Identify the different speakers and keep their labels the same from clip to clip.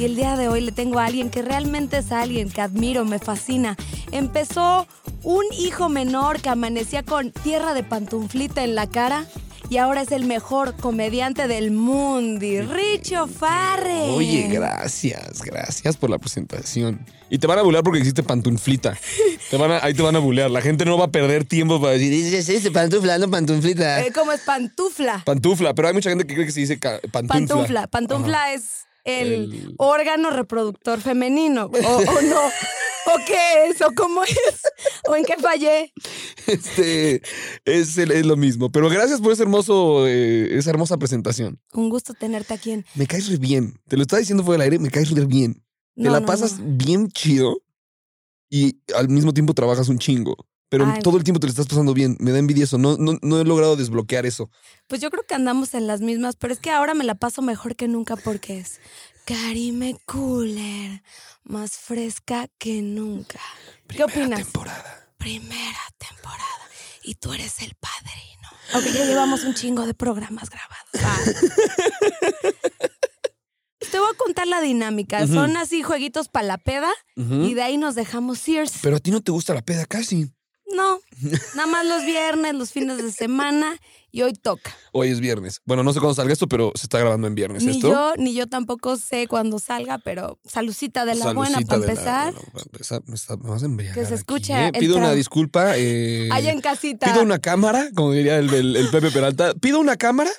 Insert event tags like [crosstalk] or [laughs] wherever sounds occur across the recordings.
Speaker 1: el día de hoy le tengo a alguien que realmente es alguien que admiro, me fascina. Empezó un hijo menor que amanecía con tierra de pantuflita en la cara y ahora es el mejor comediante del mundo, Richo Farre.
Speaker 2: Oye, gracias, gracias por la presentación. Y te van a bulear porque existe pantuflita. Te van a- ahí te van a bulear. La gente no va a perder tiempo para decir, dice, sí, sí, pantufla, no pantuflita.
Speaker 1: Eh, ¿Cómo es pantufla?
Speaker 2: Pantufla, pero hay mucha gente que cree que se dice ca- pantufla.
Speaker 1: Pantufla. Pantufla es el, órgano reproductor femenino. O, o no.
Speaker 2: [laughs]
Speaker 1: ¿O qué es? ¿O cómo es? ¿O en qué fallé?
Speaker 2: [laughs] Este, es, el- es lo mismo. Pero gracias por ese hermoso, eh, esa hermosa presentación.
Speaker 1: Un gusto tenerte aquí en.
Speaker 2: Me caes re bien. Te lo estaba diciendo fuera del aire, me caes re bien. te
Speaker 1: No,
Speaker 2: la
Speaker 1: no,
Speaker 2: pasas
Speaker 1: no.
Speaker 2: bien chido y al mismo tiempo trabajas un chingo. Pero
Speaker 1: Ay.
Speaker 2: todo el tiempo te lo estás pasando bien. Me da envidia eso. No, no, no he logrado desbloquear eso.
Speaker 1: Pues yo creo que andamos en las mismas, pero es que ahora me la paso mejor que nunca porque es Karime Cooler, más fresca que nunca. ¿Qué opinas?
Speaker 2: Temporada.
Speaker 1: Primera temporada. Y tú eres el padrino. Aunque ya llevamos un chingo de programas grabados.
Speaker 2: [laughs]
Speaker 1: Te voy a contar la dinámica. Son así jueguitos para la peda y de ahí nos dejamos Sears.
Speaker 2: ¿Mm? Pero a ti no te gusta la peda casi. [laughs]
Speaker 1: No, nada más los viernes, los fines de semana y hoy toca.
Speaker 2: Hoy es viernes. Bueno, no sé cuándo salga esto, pero se está grabando en viernes
Speaker 1: Ni
Speaker 2: esto.
Speaker 1: yo, ni yo tampoco sé cuándo salga, pero salucita de la buena
Speaker 2: Salucita
Speaker 1: para
Speaker 2: de la-
Speaker 1: empezar.
Speaker 2: bueno, para empezar, me, está- me vas a embriagar
Speaker 1: Que se
Speaker 2: aquí,
Speaker 1: escuche
Speaker 2: ¿eh?
Speaker 1: el
Speaker 2: Pido una
Speaker 1: trago.
Speaker 2: disculpa. eh,
Speaker 1: Allá en casita.
Speaker 2: pido una cámara, como diría el, el- el Pepe Peralta. Pido una cámara.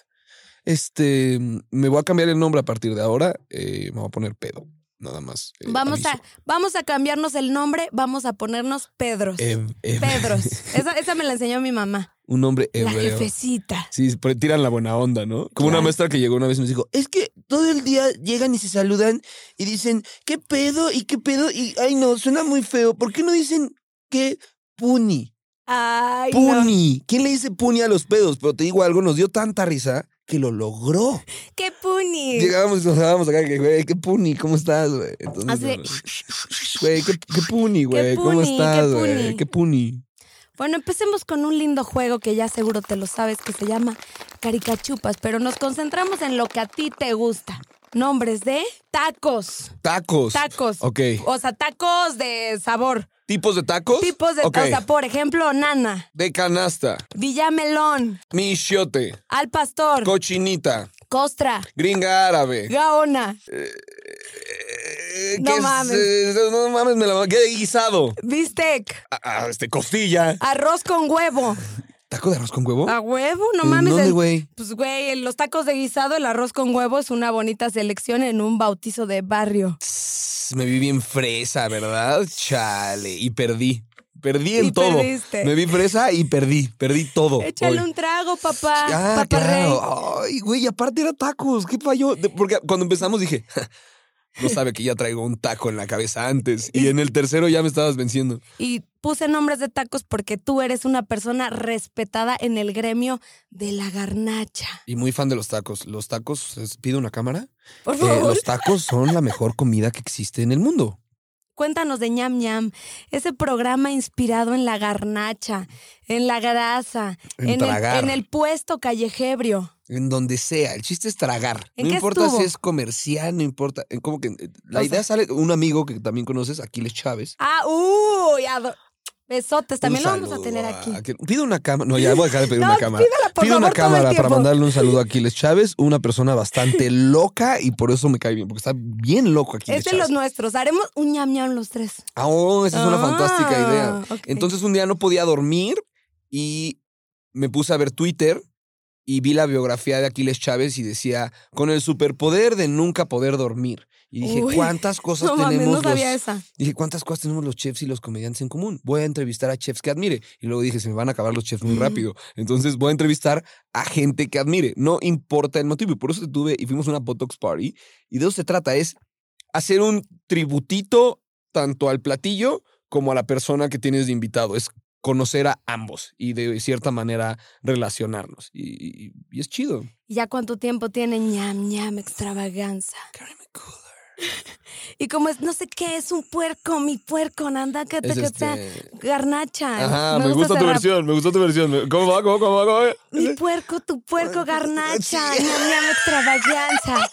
Speaker 2: Este, me voy a cambiar el nombre a partir de ahora. eh, me voy a poner pedo, nada más. eh,
Speaker 1: Vamos a,
Speaker 2: aviso.
Speaker 1: vamos a cambiarnos el nombre, vamos a ponernos Pedros.
Speaker 2: Ev- ev-
Speaker 1: Pedros. Esa, esa me la enseñó mi mamá.
Speaker 2: Em, [laughs] Un nombre
Speaker 1: La
Speaker 2: hebreo.
Speaker 1: jefecita.
Speaker 2: Sí, pero tiran la buena onda, ¿no? Como una
Speaker 1: Claro.
Speaker 2: maestra que llegó una vez y nos dijo, es que todo el día llegan y se saludan y dicen, ¿qué pedo? ¿Y qué pedo? Y, ay, no, suena muy feo. ¿Por qué no dicen qué puni?
Speaker 1: Ay, no.
Speaker 2: Puni. ¿Quién le dice puni a los pedos? Pero te digo algo, nos dio tanta risa que lo logró.
Speaker 1: ¡Qué puni!
Speaker 2: Llegábamos y nos dábamos acá, que, güey, qué puni, ¿cómo estás, güey?
Speaker 1: Así
Speaker 2: Entonces,
Speaker 1: de-
Speaker 2: güey, qué, qué puni, güey, ¿cómo
Speaker 1: puni, qué
Speaker 2: estás, güey?
Speaker 1: puni.
Speaker 2: Qué puni.
Speaker 1: Bueno, empecemos con un lindo juego que ya seguro te lo sabes, que se llama Caricachupas, pero nos concentramos en lo que a ti te gusta. Nombres de tacos.
Speaker 2: Tacos.
Speaker 1: Tacos.
Speaker 2: Ok.
Speaker 1: O sea, tacos de sabor.
Speaker 2: ¿Tipos de tacos?
Speaker 1: Tipos de
Speaker 2: Ok.
Speaker 1: O sea, por ejemplo, nana,
Speaker 2: De canasta.
Speaker 1: villamelón,
Speaker 2: Michiote,
Speaker 1: al pastor,
Speaker 2: cochinita,
Speaker 1: costra,
Speaker 2: gringa árabe.
Speaker 1: gaona,
Speaker 2: Eh,
Speaker 1: No
Speaker 2: ¿qué es?
Speaker 1: mames.
Speaker 2: Eh, no mames, me la ¿Qué guisado?
Speaker 1: bistec,
Speaker 2: Ah, ah, este, costilla.
Speaker 1: arroz con huevo.
Speaker 2: ¿Taco de arroz con huevo?
Speaker 1: ¿A huevo? No
Speaker 2: ¿En
Speaker 1: mames.
Speaker 2: ¿Oh? dónde,
Speaker 1: el-
Speaker 2: güey?
Speaker 1: Pues, güey, en los tacos de guisado, el arroz con huevo es una bonita selección en un bautizo de barrio.
Speaker 2: Tss, Me vi bien fresa, ¿verdad? Chale. Y perdí. Perdí en
Speaker 1: Y
Speaker 2: todo.
Speaker 1: perdiste.
Speaker 2: Me vi fresa y perdí. Perdí todo.
Speaker 1: Échale
Speaker 2: hoy.
Speaker 1: un trago, papá.
Speaker 2: Oh, Ah,
Speaker 1: papá rey.
Speaker 2: claro. Ay, güey, y aparte era tacos. ¿Qué falló? De- Porque cuando empezamos dije, [laughs] "Ja, no sabe que ya traigo un taco en la cabeza antes. Y en el tercero ya me estabas venciendo.
Speaker 1: Y puse nombres de tacos porque tú eres una persona respetada en el gremio de la garnacha.
Speaker 2: Y muy fan de los tacos. Los tacos, es- pido una cámara.
Speaker 1: Por
Speaker 2: Eh,
Speaker 1: favor,
Speaker 2: los tacos son la mejor comida que existe en el mundo.
Speaker 1: cuéntanos de ñam ñam, ese programa inspirado en la garnacha, en la grasa,
Speaker 2: En
Speaker 1: en, el,
Speaker 2: tragar.
Speaker 1: en el puesto callejebrio.
Speaker 2: En donde sea. El chiste es tragar.
Speaker 1: ¿En
Speaker 2: no
Speaker 1: qué
Speaker 2: importa
Speaker 1: estuvo?
Speaker 2: si es comercial, no importa. eh, Como que eh, la
Speaker 1: O
Speaker 2: idea
Speaker 1: sea-
Speaker 2: sale de un amigo que también conoces, Aquiles Chávez.
Speaker 1: Ah, uy, ado- besotes, también
Speaker 2: Un
Speaker 1: lo vamos a
Speaker 2: saludo
Speaker 1: tener aquí.
Speaker 2: Aquil- Pido una cámara. No, ya voy a dejar de pedir
Speaker 1: [laughs] No,
Speaker 2: una cámara.
Speaker 1: pídela, por
Speaker 2: Pido una
Speaker 1: favor, todo el
Speaker 2: cámara para
Speaker 1: tiempo.
Speaker 2: mandarle un saludo a Aquiles Chávez, una persona
Speaker 1: [laughs]
Speaker 2: bastante loca y por eso me cae bien, porque está bien loco
Speaker 1: Es
Speaker 2: Aquiles
Speaker 1: de los
Speaker 2: Chávez.
Speaker 1: nuestros, haremos un ñam ñam los tres.
Speaker 2: Ah, oh, esa es una
Speaker 1: Ah,
Speaker 2: fantástica idea.
Speaker 1: ok.
Speaker 2: Entonces un día no podía dormir y me puse a ver Twitter y vi la biografía de Aquiles Chávez y decía, con el superpoder de nunca poder dormir. Y dije,
Speaker 1: Uy,
Speaker 2: ¿cuántas cosas
Speaker 1: [laughs] No mames,
Speaker 2: tenemos
Speaker 1: no sabía
Speaker 2: los-
Speaker 1: esa.
Speaker 2: Dije, ¿cuántas cosas tenemos los chefs y los comediantes en común? Voy a entrevistar a chefs que admire. Y luego dije, se me van a acabar los chefs muy
Speaker 1: Ujú.
Speaker 2: rápido. Entonces voy a entrevistar a gente que admire. No importa el motivo. Y por eso te tuve y fuimos a una Botox Party. Y de eso se trata, es hacer un tributito tanto al platillo como a la persona que tienes de invitado. Es conocer a ambos y de cierta manera relacionarnos. Y, y- y es chido.
Speaker 1: ¿Y ya cuánto tiempo tiene ñam ñam extravaganza? [laughs] Y como es, no sé qué, es un puerco, mi puerco, nanda, que te
Speaker 2: Es
Speaker 1: que sea
Speaker 2: este-
Speaker 1: garnacha.
Speaker 2: Ajá, me, gusta,
Speaker 1: ese
Speaker 2: tu
Speaker 1: rap.
Speaker 2: versión, me gusta tu versión. ¿Cómo va? ¿Cómo, cómo va? ¿Cómo va?
Speaker 1: Mi puerco, tu
Speaker 2: [laughs]
Speaker 1: puerco, garnacha, ñam, ñam, extravaganza.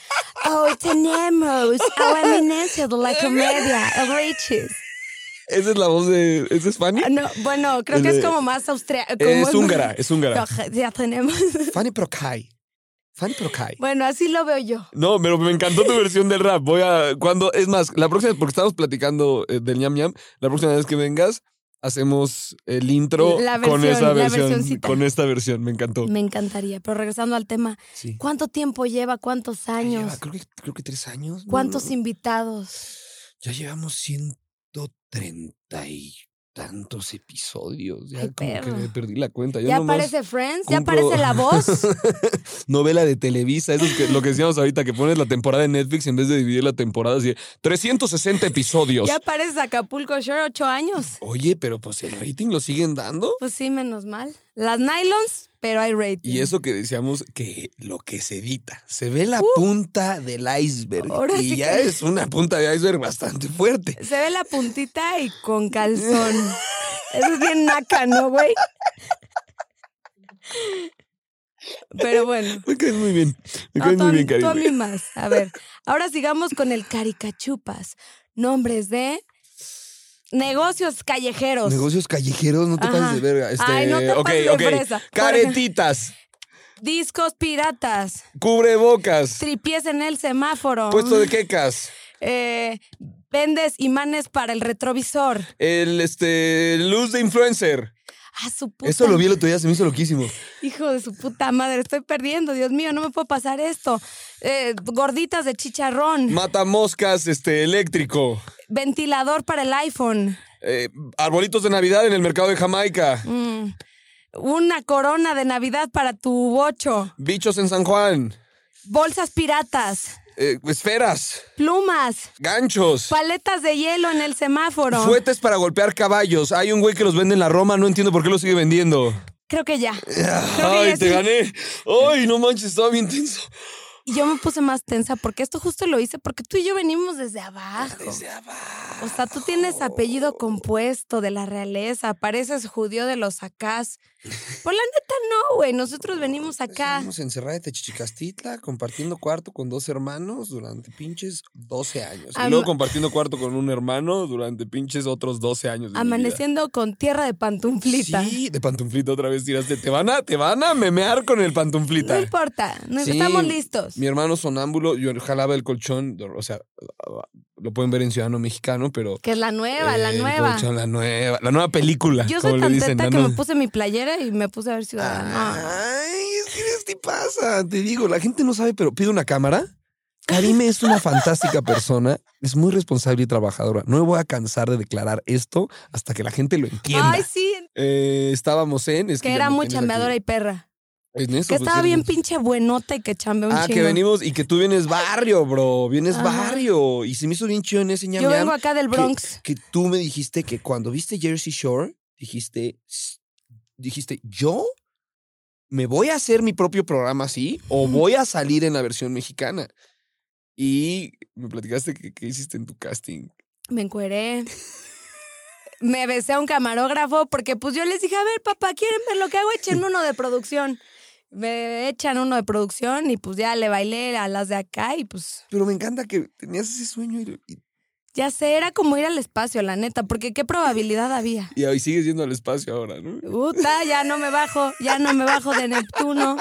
Speaker 1: Oh, Hoy tenemos a oh, eminencia de la comedia, el Riches.
Speaker 2: Esa es la voz de. ¿Esa es Fanny?
Speaker 1: Ah, No, bueno, creo que
Speaker 2: El
Speaker 1: es
Speaker 2: de-
Speaker 1: como más austriaco.
Speaker 2: Es húngara, es húngara.
Speaker 1: Ya tenemos. [laughs]
Speaker 2: Fanny Procay. Fanny Procay.
Speaker 1: Bueno, así lo veo yo.
Speaker 2: No, pero me encantó tu versión del rap. Voy a. Cuando. Es más, la próxima vez, porque estábamos platicando eh, del ñam ñam, la próxima vez que vengas, hacemos el intro
Speaker 1: La
Speaker 2: con
Speaker 1: versión,
Speaker 2: esa
Speaker 1: la
Speaker 2: versión.
Speaker 1: versioncita.
Speaker 2: Con esta versión, me encantó.
Speaker 1: Me encantaría. Pero regresando al tema,
Speaker 2: Sí.
Speaker 1: ¿cuánto tiempo lleva? ¿Cuántos años?
Speaker 2: Lleva, creo, que, creo que tres años. ¿no?
Speaker 1: ¿Cuántos invitados?
Speaker 2: Ya llevamos 130 y tantos episodios. Ya
Speaker 1: Ay,
Speaker 2: como
Speaker 1: perro.
Speaker 2: que perdí la cuenta. Yo
Speaker 1: ¿Ya
Speaker 2: nomás-
Speaker 1: aparece Friends? ¿Ya
Speaker 2: cumplo-
Speaker 1: aparece La
Speaker 2: [laughs]
Speaker 1: Voz?
Speaker 2: novela de Televisa, eso es que- lo que decíamos ahorita, que pones la temporada de Netflix en vez de dividir la temporada así, de 360 episodios.
Speaker 1: ¿Ya aparece Acapulco Shore? ¿Ocho años?
Speaker 2: Oye, pero pues el rating lo siguen dando.
Speaker 1: Pues sí, menos mal. Las nylons, pero hay rating.
Speaker 2: Y eso que decíamos que lo que se edita, se ve la punta del iceberg.
Speaker 1: Ahora
Speaker 2: y
Speaker 1: sí
Speaker 2: ya
Speaker 1: que-
Speaker 2: es una punta de iceberg bastante fuerte.
Speaker 1: Se ve la puntita y con calzón. Eso es bien naca, ¿no, güey? Pero bueno.
Speaker 2: Me caes muy bien. Me
Speaker 1: No,
Speaker 2: caes
Speaker 1: tú
Speaker 2: muy
Speaker 1: a
Speaker 2: bien,
Speaker 1: mí- tú a
Speaker 2: cariño.
Speaker 1: mí más. A ver, ahora sigamos con el caricachupas. Nombres de negocios callejeros.
Speaker 2: Negocios callejeros, no te
Speaker 1: Ajá.
Speaker 2: pases de verga. Este,
Speaker 1: Ay, no te
Speaker 2: ok,
Speaker 1: pases de
Speaker 2: ok.
Speaker 1: fresa. Por
Speaker 2: Caretitas,
Speaker 1: Discos piratas.
Speaker 2: cubrebocas,
Speaker 1: Tripies en el semáforo.
Speaker 2: puesto de quecas,
Speaker 1: Eh, vendes imanes para el retrovisor.
Speaker 2: el este luz de influencer.
Speaker 1: Ah, su puta.
Speaker 2: Eso lo vi el otro día, se me hizo loquísimo.
Speaker 1: Hijo de su puta madre, estoy perdiendo. Dios mío, no me puedo pasar esto. Eh, gorditas de chicharrón.
Speaker 2: Matamoscas, este, eléctrico.
Speaker 1: ventilador para el iPhone.
Speaker 2: eh, arbolitos de Navidad en el mercado de Jamaica.
Speaker 1: Mm. Una corona de Navidad para tu bocho.
Speaker 2: Bichos en San Juan.
Speaker 1: Bolsas piratas.
Speaker 2: eh, esferas.
Speaker 1: Plumas.
Speaker 2: Ganchos.
Speaker 1: Paletas de hielo en el semáforo.
Speaker 2: Fuetes para golpear caballos. Hay un güey que los vende en la Roma, no entiendo por qué los sigue vendiendo.
Speaker 1: Creo que ya. Creo que
Speaker 2: Ah, Ay,
Speaker 1: ya
Speaker 2: te
Speaker 1: sí.
Speaker 2: gané. Ay, no manches, estaba bien tenso.
Speaker 1: Y yo me puse más tensa porque esto justo lo hice porque tú y yo venimos desde abajo.
Speaker 2: Desde abajo.
Speaker 1: O sea, tú tienes apellido compuesto de la realeza, pareces judío de los acás. Pues la neta no, güey, nosotros venimos
Speaker 2: pues,
Speaker 1: acá.
Speaker 2: Estuvimos encerrados de Chichicastitla, compartiendo cuarto con dos hermanos durante pinches 12 años.
Speaker 1: Ama-
Speaker 2: y luego compartiendo cuarto con un hermano durante pinches otros 12 años. de mi vida.
Speaker 1: Amaneciendo con tierra de pantunflita.
Speaker 2: Sí, de pantuflita otra vez tiraste. Te van a, te van a memear con el
Speaker 1: No
Speaker 2: pantuflita.
Speaker 1: importa, nos
Speaker 2: Sí,
Speaker 1: estamos listos.
Speaker 2: Mi hermano sonámbulo, yo jalaba el colchón, o sea, lo pueden ver en Ciudadano Mexicano, pero.
Speaker 1: Que es la nueva, la
Speaker 2: el
Speaker 1: nueva.
Speaker 2: colchón, la nueva, la nueva película.
Speaker 1: Yo
Speaker 2: Eh, como
Speaker 1: soy
Speaker 2: le
Speaker 1: tan
Speaker 2: dicen, Ah,
Speaker 1: teta
Speaker 2: la
Speaker 1: que me
Speaker 2: nueva-
Speaker 1: puse mi playera y me puse a ver Ciudadano.
Speaker 2: Ay, es que eres te pasa. Te digo, la gente no sabe, pero pide una cámara. Karime es una fantástica persona, es muy responsable y trabajadora. No me voy a cansar de declarar esto hasta que la gente lo entienda.
Speaker 1: Ay, sí,
Speaker 2: Eh, estábamos en. Es
Speaker 1: que
Speaker 2: ya
Speaker 1: era
Speaker 2: me
Speaker 1: muy
Speaker 2: tienes aquí.
Speaker 1: chambeadora y perra.
Speaker 2: En eso,
Speaker 1: Que
Speaker 2: pues,
Speaker 1: estaba
Speaker 2: eres
Speaker 1: bien
Speaker 2: un-
Speaker 1: pinche buenota y que chambeó un
Speaker 2: Ah, que
Speaker 1: chingo.
Speaker 2: venimos y que tú vienes barrio, bro. Vienes
Speaker 1: Ajá.
Speaker 2: barrio. Y se me hizo bien chido en ese ñam
Speaker 1: Yo
Speaker 2: ñam
Speaker 1: vengo acá del
Speaker 2: que-
Speaker 1: Bronx.
Speaker 2: que tú me dijiste que cuando viste Jersey Shore, dijiste, "S- dijiste, yo me voy a hacer mi propio programa así o voy a salir en la versión mexicana. Y me platicaste que, que hiciste en tu casting.
Speaker 1: Me encueré. Me besé a un camarógrafo porque pues yo les dije, a ver, papá, ¿quieren ver lo que hago? Échenme uno de producción. Me echan uno de producción y pues ya le bailé a las de acá y pues
Speaker 2: Pero me encanta que tenías ese sueño y, y-
Speaker 1: ya sé, era como ir al espacio, la neta, porque qué probabilidad había.
Speaker 2: y ahí sigues yendo al espacio ahora, ¿no?
Speaker 1: Puta, ya no me bajo, ya no me bajo de Neptuno.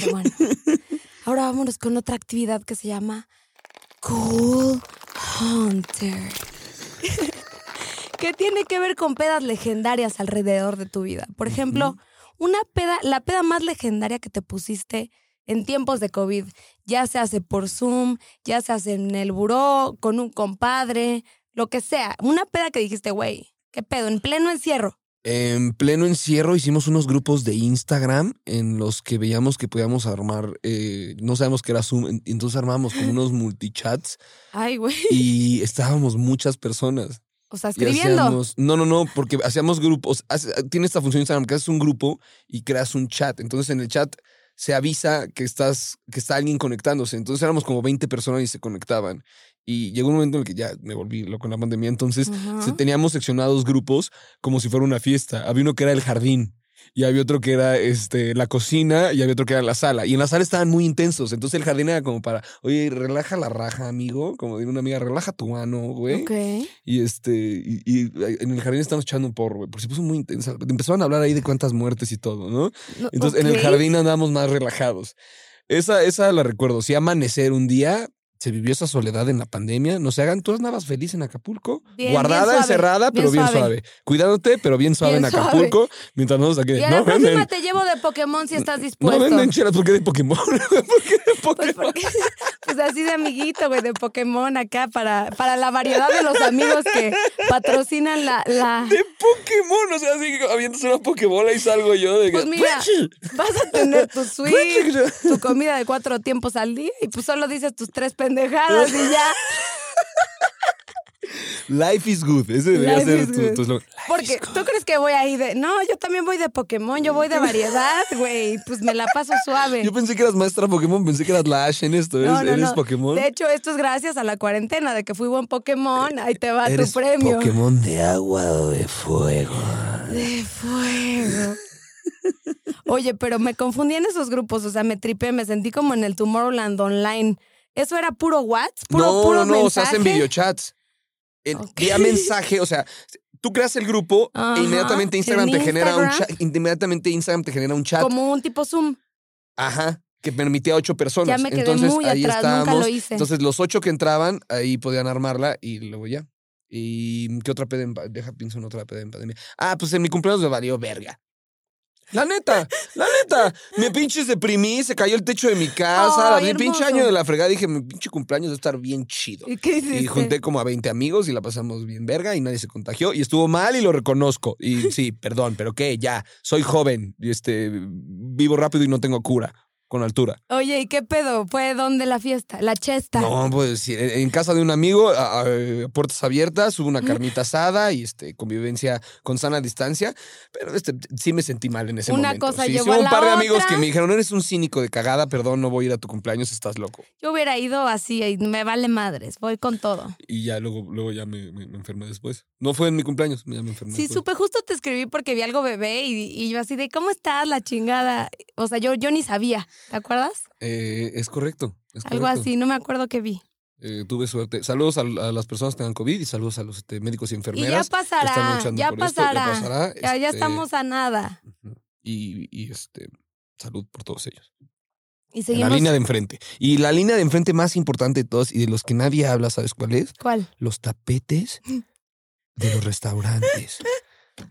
Speaker 1: Pero bueno, ahora vámonos con otra actividad que se llama Cool Hunter. que tiene que ver con pedas legendarias alrededor de tu vida. Por ejemplo, una peda, la peda más legendaria que te pusiste en tiempos de COVID, ya se hace por Zoom, ya se hace en el buró, con un compadre, lo que sea. Una peda que dijiste, güey, qué pedo, en pleno encierro.
Speaker 2: En pleno encierro hicimos unos grupos de Instagram en los que veíamos que podíamos armar, eh, no sabemos qué era Zoom, en- entonces armábamos como unos multichats
Speaker 1: Ay, güey. [laughs]
Speaker 2: y estábamos muchas personas.
Speaker 1: O sea,
Speaker 2: Y
Speaker 1: escribiendo.
Speaker 2: hacíamos- no, no, no, porque hacíamos grupos. hace- tiene esta función Instagram que haces un grupo y creas un chat. Entonces en el chat se avisa que estás, que está alguien conectándose. Entonces éramos como 20 personas y se conectaban. Y llegó un momento en el que ya me volví loco en la pandemia. Entonces
Speaker 1: Ajá.
Speaker 2: se- teníamos seccionados grupos como si fuera una fiesta. Había uno que era el jardín. Y había otro que era este, la cocina y había otro que era la sala. Y en la sala estaban muy intensos. Entonces el jardín era como para, oye, relaja la raja, amigo. Como diría una amiga, relaja tu mano, güey.
Speaker 1: Ok.
Speaker 2: Y este, y, y en el jardín estamos echando un porro, güey, porque se puso muy intensa. Empezaban a hablar ahí de cuántas muertes y todo, ¿no?
Speaker 1: No,
Speaker 2: Entonces en el
Speaker 1: ok.
Speaker 2: jardín andamos más relajados. Esa, esa la recuerdo. Si amanecer un día, se vivió esa soledad en la pandemia. No se hagan, tú andabas feliz en Acapulco,
Speaker 1: Bien,
Speaker 2: guardada,
Speaker 1: bien suave,
Speaker 2: encerrada,
Speaker 1: bien
Speaker 2: pero bien suave.
Speaker 1: suave.
Speaker 2: Cuidándote, pero bien suave
Speaker 1: Bien
Speaker 2: en
Speaker 1: suave.
Speaker 2: Acapulco, mientras no nos
Speaker 1: Y a
Speaker 2: saquen.
Speaker 1: la
Speaker 2: No
Speaker 1: próxima
Speaker 2: venden,
Speaker 1: te llevo de Pokémon si estás
Speaker 2: no
Speaker 1: dispuesto.
Speaker 2: venden chelas porque de Pokémon. [laughs] porque de
Speaker 1: Pues,
Speaker 2: Pokémon.
Speaker 1: porque- [laughs] pues así de amiguito, güey, de Pokémon acá para, para la variedad de los amigos que patrocinan la...
Speaker 2: [laughs]
Speaker 1: la...
Speaker 2: De Pokémon, o sea, así avientas una Pokébola y salgo yo de que.
Speaker 1: Pues mira, vas a tener tu swing, tu comida de cuatro tiempos al día y pues solo dices tus tres pendejadas y
Speaker 2: [laughs]
Speaker 1: ya.
Speaker 2: Life is good. Ese debería
Speaker 1: Life
Speaker 2: ser
Speaker 1: is
Speaker 2: tu,
Speaker 1: good.
Speaker 2: tu eslogan.
Speaker 1: Porque tú crees que voy ahí de... No, yo también voy de Pokémon, yo voy de variedad, güey, pues me la paso suave.
Speaker 2: Yo pensé que eras maestra Pokémon, pensé que eras Lash en esto. Eres,
Speaker 1: No, no,
Speaker 2: eres
Speaker 1: no.
Speaker 2: Pokémon.
Speaker 1: De hecho, esto es gracias a la cuarentena, de que fui buen Pokémon. Ahí te va
Speaker 2: eres
Speaker 1: tu premio.
Speaker 2: Pokémon de agua o de fuego.
Speaker 1: De fuego. Oye, pero me confundí en esos grupos, o sea, me tripé, me sentí como en el Tomorrowland Online. ¿Eso era puro WhatsApp? ¿Puro,
Speaker 2: no,
Speaker 1: puro
Speaker 2: no, no, se
Speaker 1: mensaje?
Speaker 2: hacen videochats. En-
Speaker 1: Ok.
Speaker 2: Vía mensaje, o sea, tú creas el grupo
Speaker 1: Ajá.
Speaker 2: e inmediatamente Instagram
Speaker 1: ¿En
Speaker 2: te genera un
Speaker 1: Instagram?
Speaker 2: chat. Inmediatamente Instagram te genera un chat.
Speaker 1: Como un tipo Zoom.
Speaker 2: Ajá. Que permitía a ocho personas.
Speaker 1: Ya me quedé
Speaker 2: Entonces
Speaker 1: muy
Speaker 2: ahí
Speaker 1: atrás,
Speaker 2: estábamos.
Speaker 1: nunca lo hice.
Speaker 2: Entonces, los ocho que entraban, ahí podían armarla y luego ya. ¿Y mm, qué otra peda en pa- Deja, pienso en otra peda en pandemia. Ah, pues en mi cumpleaños me valió verga. La neta, la neta. Me pinches deprimí, se cayó el techo de mi casa.
Speaker 1: Ay,
Speaker 2: la- el pinche
Speaker 1: hermoso.
Speaker 2: año de la fregada. Dije, mi pinche cumpleaños debe estar bien chido.
Speaker 1: ¿Y qué hiciste?
Speaker 2: Y junté como a 20 amigos y la pasamos bien verga y nadie se contagió y estuvo mal y lo reconozco.
Speaker 1: [laughs]
Speaker 2: Y sí, perdón, pero qué, ya, soy joven, y este, vivo rápido y no tengo cura con altura.
Speaker 1: Oye, ¿y qué pedo? ¿Fue dónde la fiesta? La chesta.
Speaker 2: No, pues sí, en en casa de un amigo, a- a- puertas abiertas, hubo una carnita asada y este, convivencia con sana distancia, pero este, sí me sentí mal en ese
Speaker 1: Una
Speaker 2: momento.
Speaker 1: cosa
Speaker 2: sí,
Speaker 1: llevó
Speaker 2: sí,
Speaker 1: a
Speaker 2: hubo un
Speaker 1: la
Speaker 2: par de amigos
Speaker 1: otra.
Speaker 2: que me dijeron, eres un cínico de cagada, perdón, no voy a ir a tu cumpleaños, estás loco.
Speaker 1: Yo hubiera ido así, y me vale madres, voy con todo.
Speaker 2: Y ya luego, luego ya me, me- me enfermé después. No fue en mi cumpleaños, ya me enfermé.
Speaker 1: Sí,
Speaker 2: después.
Speaker 1: supe, justo te escribí porque vi algo bebé y, y yo así de, ¿cómo estás, la chingada? O sea, yo, yo ni sabía, ¿te acuerdas?
Speaker 2: Eh, es correcto. es
Speaker 1: Algo
Speaker 2: correcto.
Speaker 1: así, no me acuerdo qué vi.
Speaker 2: Eh, tuve suerte. Saludos a, a las personas que tengan COVID y saludos a los este, médicos y
Speaker 1: Y ya
Speaker 2: enfermeras. que están
Speaker 1: pasará,
Speaker 2: luchando
Speaker 1: ya
Speaker 2: por esto. Ya
Speaker 1: pasará, ya
Speaker 2: pasará,
Speaker 1: ya,
Speaker 2: este,
Speaker 1: estamos a nada.
Speaker 2: Y, y, este, salud por todos ellos.
Speaker 1: Y
Speaker 2: En la
Speaker 1: seguimos.
Speaker 2: línea de enfrente. Y la línea de enfrente más importante de todos y de los que nadie habla, ¿sabes cuál es?
Speaker 1: ¿Cuál?
Speaker 2: Los tapetes de
Speaker 1: [laughs]
Speaker 2: los restaurantes.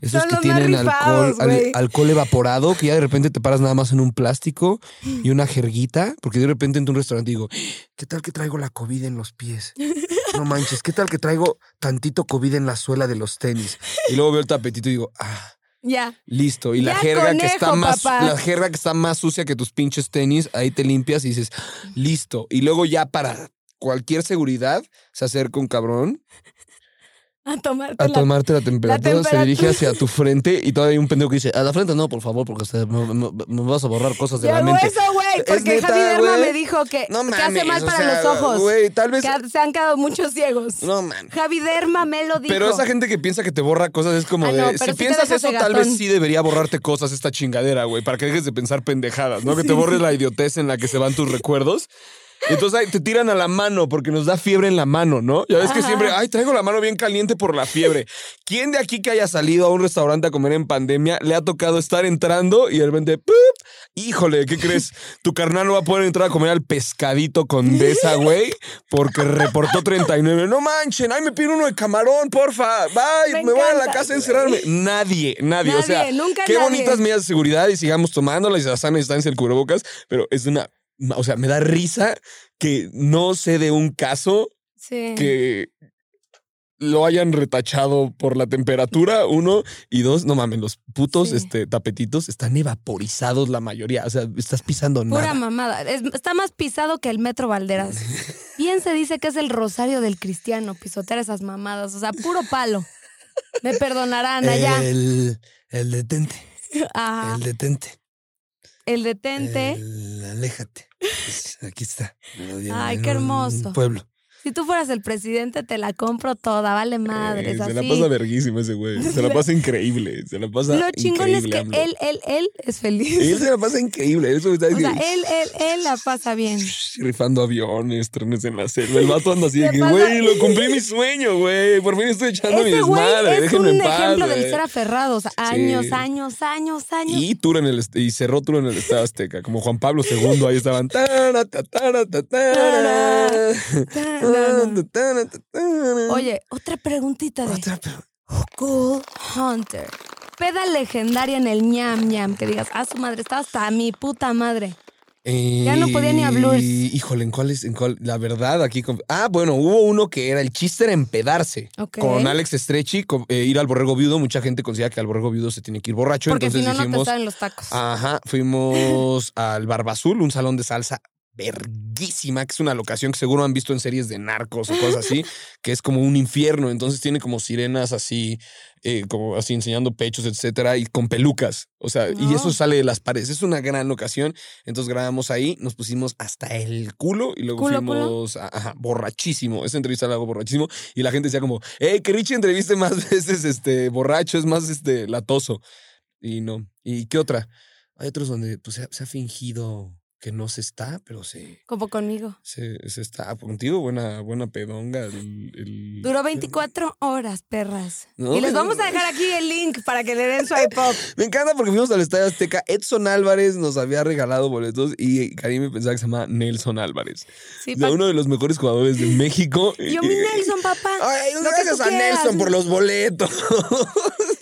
Speaker 2: Esos
Speaker 1: Son
Speaker 2: que
Speaker 1: los más
Speaker 2: tienen alcohol,
Speaker 1: rifados,
Speaker 2: al-
Speaker 1: güey.
Speaker 2: alcohol evaporado, que ya de repente te paras nada más en un plástico y una jerguita, porque de repente entro a un restaurante y digo, "¡Ah! ¿qué tal que traigo la COVID en los pies? No manches, ¿qué tal que traigo tantito COVID en la suela de los tenis? Y luego veo el tapetito y digo, ah,
Speaker 1: Ya.
Speaker 2: Listo. Y la
Speaker 1: Ya,
Speaker 2: jerga que está
Speaker 1: conejo,
Speaker 2: más,
Speaker 1: papá.
Speaker 2: la jerga que está más sucia que tus pinches tenis, ahí te limpias y dices, listo. Y luego ya para cualquier seguridad se acerca un cabrón
Speaker 1: A tomarte
Speaker 2: a
Speaker 1: la-
Speaker 2: tomarte la temperatura,
Speaker 1: temperatura.
Speaker 2: se dirige
Speaker 1: [laughs]
Speaker 2: hacia tu frente y todavía hay un pendejo que dice, a la frente no, por favor, porque se- me, me- me vas a borrar cosas de la
Speaker 1: Llegó
Speaker 2: mente.
Speaker 1: eso, güey,
Speaker 2: Es
Speaker 1: porque
Speaker 2: neta,
Speaker 1: Javi Derma
Speaker 2: güey.
Speaker 1: me dijo que,
Speaker 2: No
Speaker 1: que
Speaker 2: mames.
Speaker 1: hace mal
Speaker 2: o
Speaker 1: para
Speaker 2: sea,
Speaker 1: los ojos.
Speaker 2: Güey, tal vez.
Speaker 1: que ha- se han quedado muchos ciegos.
Speaker 2: No mames.
Speaker 1: Javi Derma me lo dijo.
Speaker 2: Pero esa gente que piensa que te borra cosas es como
Speaker 1: Ah,
Speaker 2: de.
Speaker 1: no, pero
Speaker 2: si
Speaker 1: sí te
Speaker 2: piensas
Speaker 1: dejas
Speaker 2: eso,
Speaker 1: de
Speaker 2: tal
Speaker 1: gatón.
Speaker 2: vez sí debería borrarte cosas esta chingadera, güey, para que dejes de pensar pendejadas, ¿no? Que te borres la idiotez en la que se van tus recuerdos. Y Entonces ahí te tiran a la mano porque nos da fiebre en la mano, ¿no? Ya ves que
Speaker 1: Ajá.
Speaker 2: siempre, ay, traigo la mano bien caliente por la fiebre. ¿Quién de aquí que haya salido a un restaurante a comer en pandemia le ha tocado estar entrando y de repente, ¡pup! híjole, ¿qué crees? Tu carnal no va a poder entrar a comer al pescadito condesa, güey, porque reportó 39. No manchen, ay, me pido uno de camarón, porfa. Bye, me,
Speaker 1: Me
Speaker 2: voy a la
Speaker 1: encanta,
Speaker 2: casa a
Speaker 1: güey.
Speaker 2: encerrarme. Nadie, nadie, o sea,
Speaker 1: Nadie, nunca
Speaker 2: qué
Speaker 1: nadie.
Speaker 2: bonitas medidas de seguridad y sigamos tomándolas y la sana distancia, el cubrebocas, pero es una, o sea, me da risa que no sé de un caso
Speaker 1: Sí.
Speaker 2: que lo hayan retachado por la temperatura, uno, y dos, no mames, los putos
Speaker 1: Sí.
Speaker 2: este, tapetitos están evaporizados la mayoría, o sea, estás pisando
Speaker 1: Pura
Speaker 2: nada.
Speaker 1: mamada. Es- está más pisado que el Metro Valderas. Bien se dice que es el rosario del cristiano, pisotear esas mamadas. O sea, puro palo. Me
Speaker 2: Eh,
Speaker 1: perdonarán allá.
Speaker 2: El, el detente,
Speaker 1: Ajá.
Speaker 2: el detente.
Speaker 1: El Ah, detente.
Speaker 2: El- aléjate. Es- Aquí está. En-
Speaker 1: Ay,
Speaker 2: en
Speaker 1: qué
Speaker 2: un
Speaker 1: hermoso.
Speaker 2: pueblo.
Speaker 1: Si tú fueras el presidente, te la compro toda, vale madres.
Speaker 2: Eh, se
Speaker 1: así.
Speaker 2: la pasa verguísima ese güey.
Speaker 1: [laughs]
Speaker 2: Se la pasa increíble. Se la pasa
Speaker 1: Lo chingón es
Speaker 2: increíble,
Speaker 1: que
Speaker 2: AMLO.
Speaker 1: él, él, él es feliz.
Speaker 2: Él se la pasa increíble. Eso
Speaker 1: [laughs]
Speaker 2: está
Speaker 1: o sea,
Speaker 2: que-
Speaker 1: él, él, él la pasa
Speaker 2: [laughs]
Speaker 1: bien.
Speaker 2: rifando aviones, trenes en la selva.
Speaker 1: [laughs]
Speaker 2: El vato anda así de
Speaker 1: Se
Speaker 2: que,
Speaker 1: pasa-
Speaker 2: güey, lo cumplí mi sueño, güey. Por fin estoy echando mi
Speaker 1: Ese
Speaker 2: desmadre.
Speaker 1: güey es un
Speaker 2: Déjenme en paz.
Speaker 1: ejemplo
Speaker 2: güey".
Speaker 1: del ser aferrados. Años, años, años, años.
Speaker 2: Y, tour en el, est- y cerró Tour en el Estado Azteca. Como Juan Pablo II, ahí estaban. "Tara, ta, tara, ta, tara,
Speaker 1: Ta, na, na.
Speaker 2: [laughs] ta, tara, ta, tara".
Speaker 1: Oye, otra preguntita de
Speaker 2: Otra, pero-
Speaker 1: Cool Hunter. Peda legendaria en el ñam ñam. Que digas, ah, su madre, está hasta mi puta madre. Ya no podía ni hablar.
Speaker 2: Eh, Híjole, ¿en cuál es? En cuál? La verdad, aquí. con- Ah, bueno, hubo uno que era el chiste era empedarse.
Speaker 1: Ok.
Speaker 2: Con Alex Estrechi, con- eh, ir al borrego viudo. Mucha gente considera que al borrego viudo se tiene que ir borracho.
Speaker 1: Porque si
Speaker 2: entonces
Speaker 1: no, no te
Speaker 2: dijimos. ah.
Speaker 1: saben los tacos.
Speaker 2: Ajá, fuimos al Barba Azul, un salón de salsa verguísima, que es una locación que seguro han visto en series de narcos o
Speaker 1: [laughs]
Speaker 2: cosas así, que es como un infierno. Entonces tiene como sirenas así, eh, como así enseñando pechos, etcétera, y con pelucas. O sea, y eso
Speaker 1: No.
Speaker 2: sale de las paredes. Es una gran locación. Entonces grabamos ahí, nos pusimos hasta el culo y luego
Speaker 1: ¿Culo, culo?
Speaker 2: fuimos a- ajá, borrachísimo. Esa entrevista la hago borrachísimo y la gente decía como, hey, que Richie entreviste más [laughs] veces este borracho, es más este latoso. Y no. ¿Y qué otra? Hay otros donde pues, se, ha, se ha fingido que no se está, pero se,
Speaker 1: Como conmigo.
Speaker 2: se, se está. Contigo, buena, buena pedonga. El, el-
Speaker 1: Duró 24 horas, perras.
Speaker 2: No,
Speaker 1: y les
Speaker 2: no,
Speaker 1: vamos a
Speaker 2: no.
Speaker 1: dejar aquí el link para que le den su
Speaker 2: [laughs]
Speaker 1: iPod.
Speaker 2: Me encanta porque fuimos al Estadio Azteca. Edson Álvarez nos había regalado boletos y Karim pensaba que se llama Nelson Álvarez.
Speaker 1: Sí,
Speaker 2: O sea,
Speaker 1: pa-
Speaker 2: uno de los mejores jugadores
Speaker 1: [laughs]
Speaker 2: de México. eh,
Speaker 1: Yo, mi Nelson, papá.
Speaker 2: Ay,
Speaker 1: lo que
Speaker 2: gracias
Speaker 1: tú
Speaker 2: a
Speaker 1: quieras.
Speaker 2: Nelson por los boletos.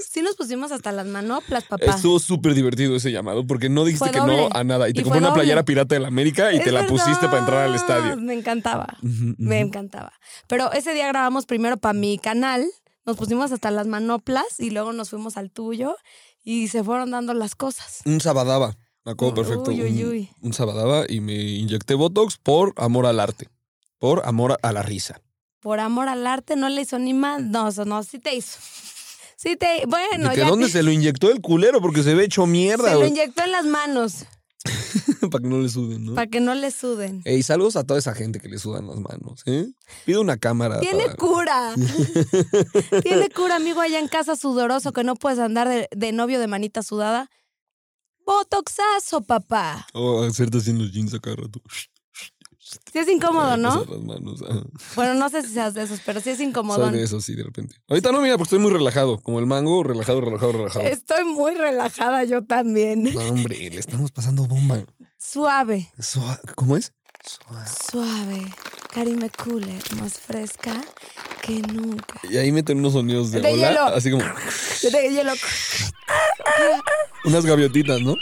Speaker 1: Sí nos pusimos hasta las manoplas, papá.
Speaker 2: Estuvo súper divertido ese llamado porque no dijiste
Speaker 1: Fue
Speaker 2: que
Speaker 1: doble.
Speaker 2: no a nada y te
Speaker 1: Y
Speaker 2: compró
Speaker 1: fue
Speaker 2: una
Speaker 1: doble.
Speaker 2: playera pirata de la América y
Speaker 1: Es
Speaker 2: te la pusiste para entrar al
Speaker 1: verdad,
Speaker 2: estadio.
Speaker 1: Me encantaba.
Speaker 2: Ujú, ujú.
Speaker 1: Me encantaba. Pero ese día grabamos primero para mi canal. Nos pusimos hasta las manoplas y luego nos fuimos al tuyo y se fueron dando las cosas.
Speaker 2: Un sabadaba. Me acuerdo perfecto.
Speaker 1: Uy, uy, uy.
Speaker 2: Un, un sabadaba y me inyecté Botox por amor al arte. Por amor a- a la risa.
Speaker 1: Por amor al arte no le hizo ni mal. No, eso no, sí te hizo. [laughs] Sí te. Bueno,
Speaker 2: ¿De que
Speaker 1: ya [laughs]
Speaker 2: dónde
Speaker 1: te-
Speaker 2: se lo inyectó el culero? Porque se ve hecho mierda.
Speaker 1: se lo
Speaker 2: güey.
Speaker 1: inyectó en las manos
Speaker 2: [laughs] para que no le suden, ¿no?
Speaker 1: para que no le suden.
Speaker 2: Ey, saludos a toda esa gente que le sudan las manos, ¿eh? Pido una cámara.
Speaker 1: Tiene
Speaker 2: para-
Speaker 1: cura.
Speaker 2: [laughs]
Speaker 1: Tiene cura, amigo, allá en casa sudoroso que no puedes andar de, de novio de manita sudada. Botoxazo, papá.
Speaker 2: O hacerte así en los jeans a cada rato.
Speaker 1: Sí es incómodo,
Speaker 2: Para
Speaker 1: ¿no?
Speaker 2: pasar Las manos. ajá.
Speaker 1: Bueno, no sé si seas de esos, pero sí es
Speaker 2: pues, Soy de
Speaker 1: incomodón.
Speaker 2: eso, sí, de repente. Ahorita no, mira, porque estoy muy relajado. Como el mango, relajado, relajado, relajado.
Speaker 1: Estoy muy relajada yo también.
Speaker 2: No, hombre, le estamos pasando bomba.
Speaker 1: Suave,
Speaker 2: Sua- ¿Cómo es? Suave.
Speaker 1: suave. Karime Cooler, más fresca que nunca.
Speaker 2: Y ahí meten unos sonidos de,
Speaker 1: De
Speaker 2: ola,
Speaker 1: hielo.
Speaker 2: así como
Speaker 1: Yo te- yo lo-
Speaker 2: unas gaviotitas, ¿no?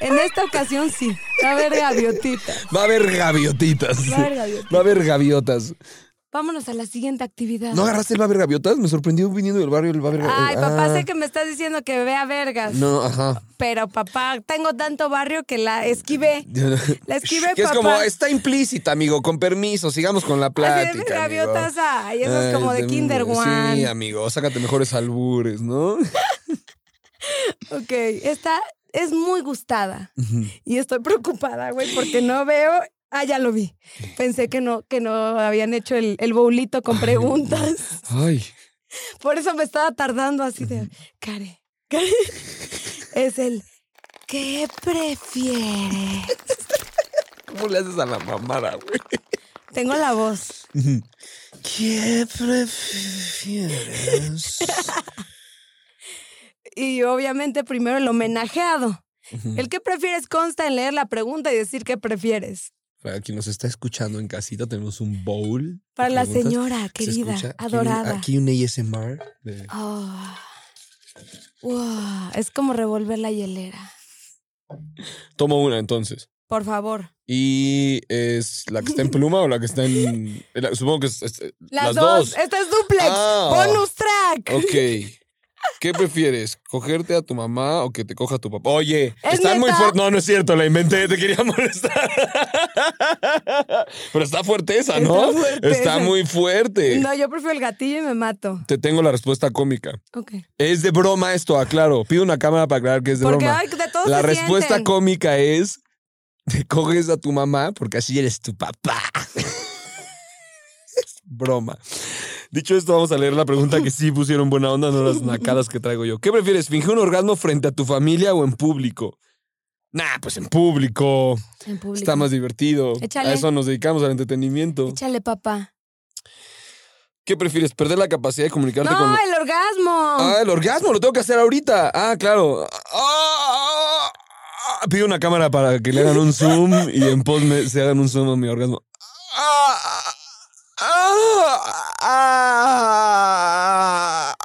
Speaker 1: En esta ocasión sí. Va a haber gaviotita.
Speaker 2: Va a haber gaviotitas.
Speaker 1: Va a haber gaviotita.
Speaker 2: Va a haber gaviotas.
Speaker 1: Vámonos a la siguiente actividad.
Speaker 2: ¿No agarraste el va a haber gaviotas? Me sorprendió viniendo del barrio el va a haber
Speaker 1: Ay,
Speaker 2: ah.
Speaker 1: papá, sé que me estás diciendo que vea vergas.
Speaker 2: No, ajá.
Speaker 1: Pero papá, tengo tanto barrio que la esquivé.
Speaker 2: Yo no-
Speaker 1: La esquivé,
Speaker 2: Que es
Speaker 1: papá.
Speaker 2: como, está implícita, amigo, con permiso, sigamos con la
Speaker 1: Así de mis
Speaker 2: plática. amigo.
Speaker 1: gaviotas, ay, eso es
Speaker 2: Ay,
Speaker 1: como de
Speaker 2: este,
Speaker 1: Kinder One.
Speaker 2: Sí, amigo, sácate mejores albures, ¿no?
Speaker 1: Ok, esta es muy gustada y estoy preocupada, güey, porque no veo. Ah, ya lo vi. Pensé que no, que no habían hecho el, el boulito con
Speaker 2: [laughs]
Speaker 1: preguntas.
Speaker 2: Ay,
Speaker 1: Por eso me estaba tardando así de. Care, care. [laughs] Es el. ¿Qué prefieres?
Speaker 2: ¿cómo le haces a la mamada, güey?
Speaker 1: Tengo la voz.
Speaker 2: ¿Qué prefieres?
Speaker 1: Y obviamente primero el homenajeado. El que prefieres consta en leer la pregunta y decir qué prefieres.
Speaker 2: Para quien nos está escuchando en casita, tenemos un bowl. de
Speaker 1: Para la
Speaker 2: preguntas.
Speaker 1: señora
Speaker 2: Se
Speaker 1: querida,
Speaker 2: escucha Ah, aquí un-
Speaker 1: adorada.
Speaker 2: Aquí un ASMR. de-
Speaker 1: Ah. Wow, Es como revolver la hielera.
Speaker 2: Tomo una entonces.
Speaker 1: Por favor.
Speaker 2: ¿Y es la que está en pluma o la que está en.? la- Supongo que es. es-
Speaker 1: Las, dos. Esta es Este duplex.
Speaker 2: Ah.
Speaker 1: Bonus track.
Speaker 2: Ok. ¿Qué ¿Qué prefieres? ¿Cogerte a tu mamá o que te coja tu papá? Oye,
Speaker 1: ¿Es
Speaker 2: están muy
Speaker 1: neta?
Speaker 2: fuertes. No, no es cierto, la inventé, te quería molestar. Pero está fuerte esa, ¿no?
Speaker 1: Está fuerte esa.
Speaker 2: muy fuerte.
Speaker 1: No, yo prefiero el gatillo y me mato.
Speaker 2: Te tengo la respuesta cómica.
Speaker 1: Ok.
Speaker 2: Es de broma esto, aclaro. Pido una cámara para aclarar que es de
Speaker 1: Porque
Speaker 2: broma.
Speaker 1: ay, de todos
Speaker 2: la
Speaker 1: se
Speaker 2: respuesta
Speaker 1: sienten.
Speaker 2: cómica es te coges a tu mamá porque así eres tu papá. [laughs] Es Broma. Dicho esto, vamos a leer la pregunta que sí pusieron buena onda, no las nacadas que traigo yo. ¿Qué prefieres, fingir un orgasmo frente a tu familia o en público? Nah, pues en público.
Speaker 1: En público.
Speaker 2: Está más divertido.
Speaker 1: Échale.
Speaker 2: A eso nos dedicamos al entretenimiento.
Speaker 1: Échale, papá.
Speaker 2: ¿Qué prefieres, perder la capacidad de comunicarte con
Speaker 1: No, el orgasmo.
Speaker 2: Ah, el orgasmo lo tengo que hacer ahorita. Ah, claro. Ah, ah, ah. Pido una cámara para que le hagan un zoom y en post me- se hagan un zoom a mi orgasmo. Ah, ah, ah,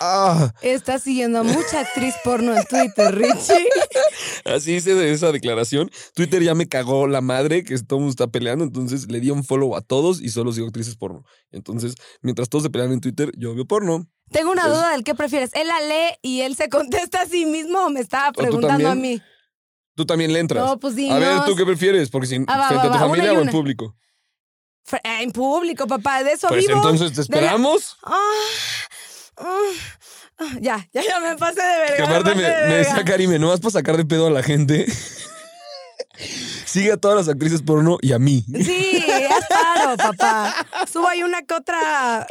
Speaker 2: ah.
Speaker 1: Estás siguiendo a mucha actriz porno en Twitter,
Speaker 2: [laughs]
Speaker 1: Richie.
Speaker 2: Así hice de esa declaración. Twitter ya me cagó la madre que todo el mundo está peleando, entonces le di un follow a todos y solo sigo actrices porno. Entonces, mientras todos se pelean en Twitter, yo veo porno.
Speaker 1: Tengo una
Speaker 2: Es-
Speaker 1: duda del qué prefieres. ¿Él la lee y él se contesta a sí mismo o me estaba
Speaker 2: tú
Speaker 1: preguntando a
Speaker 2: también?
Speaker 1: mí?
Speaker 2: Tú también le entras.
Speaker 1: No, pues sí,
Speaker 2: a ver,
Speaker 1: no.
Speaker 2: ¿tú qué prefieres? Porque si
Speaker 1: Ah, va,
Speaker 2: frente
Speaker 1: va,
Speaker 2: a
Speaker 1: va, una
Speaker 2: tu
Speaker 1: y
Speaker 2: familia o en
Speaker 1: una.
Speaker 2: público.
Speaker 1: Fr- En público, papá, de eso
Speaker 2: Pues
Speaker 1: vivo.
Speaker 2: entonces te
Speaker 1: de la-
Speaker 2: esperamos.
Speaker 1: Ah, ah, ah, ya, ya, ya me pasé de verga.
Speaker 2: Que
Speaker 1: me
Speaker 2: aparte me,
Speaker 1: pasé de
Speaker 2: me
Speaker 1: verga.
Speaker 2: saca anime, nomás para sacar de pedo a la gente. Sigue a todas las actrices porno y a mí.
Speaker 1: Sí, haz paro, papá. Subo ahí una que
Speaker 2: [laughs]
Speaker 1: otra.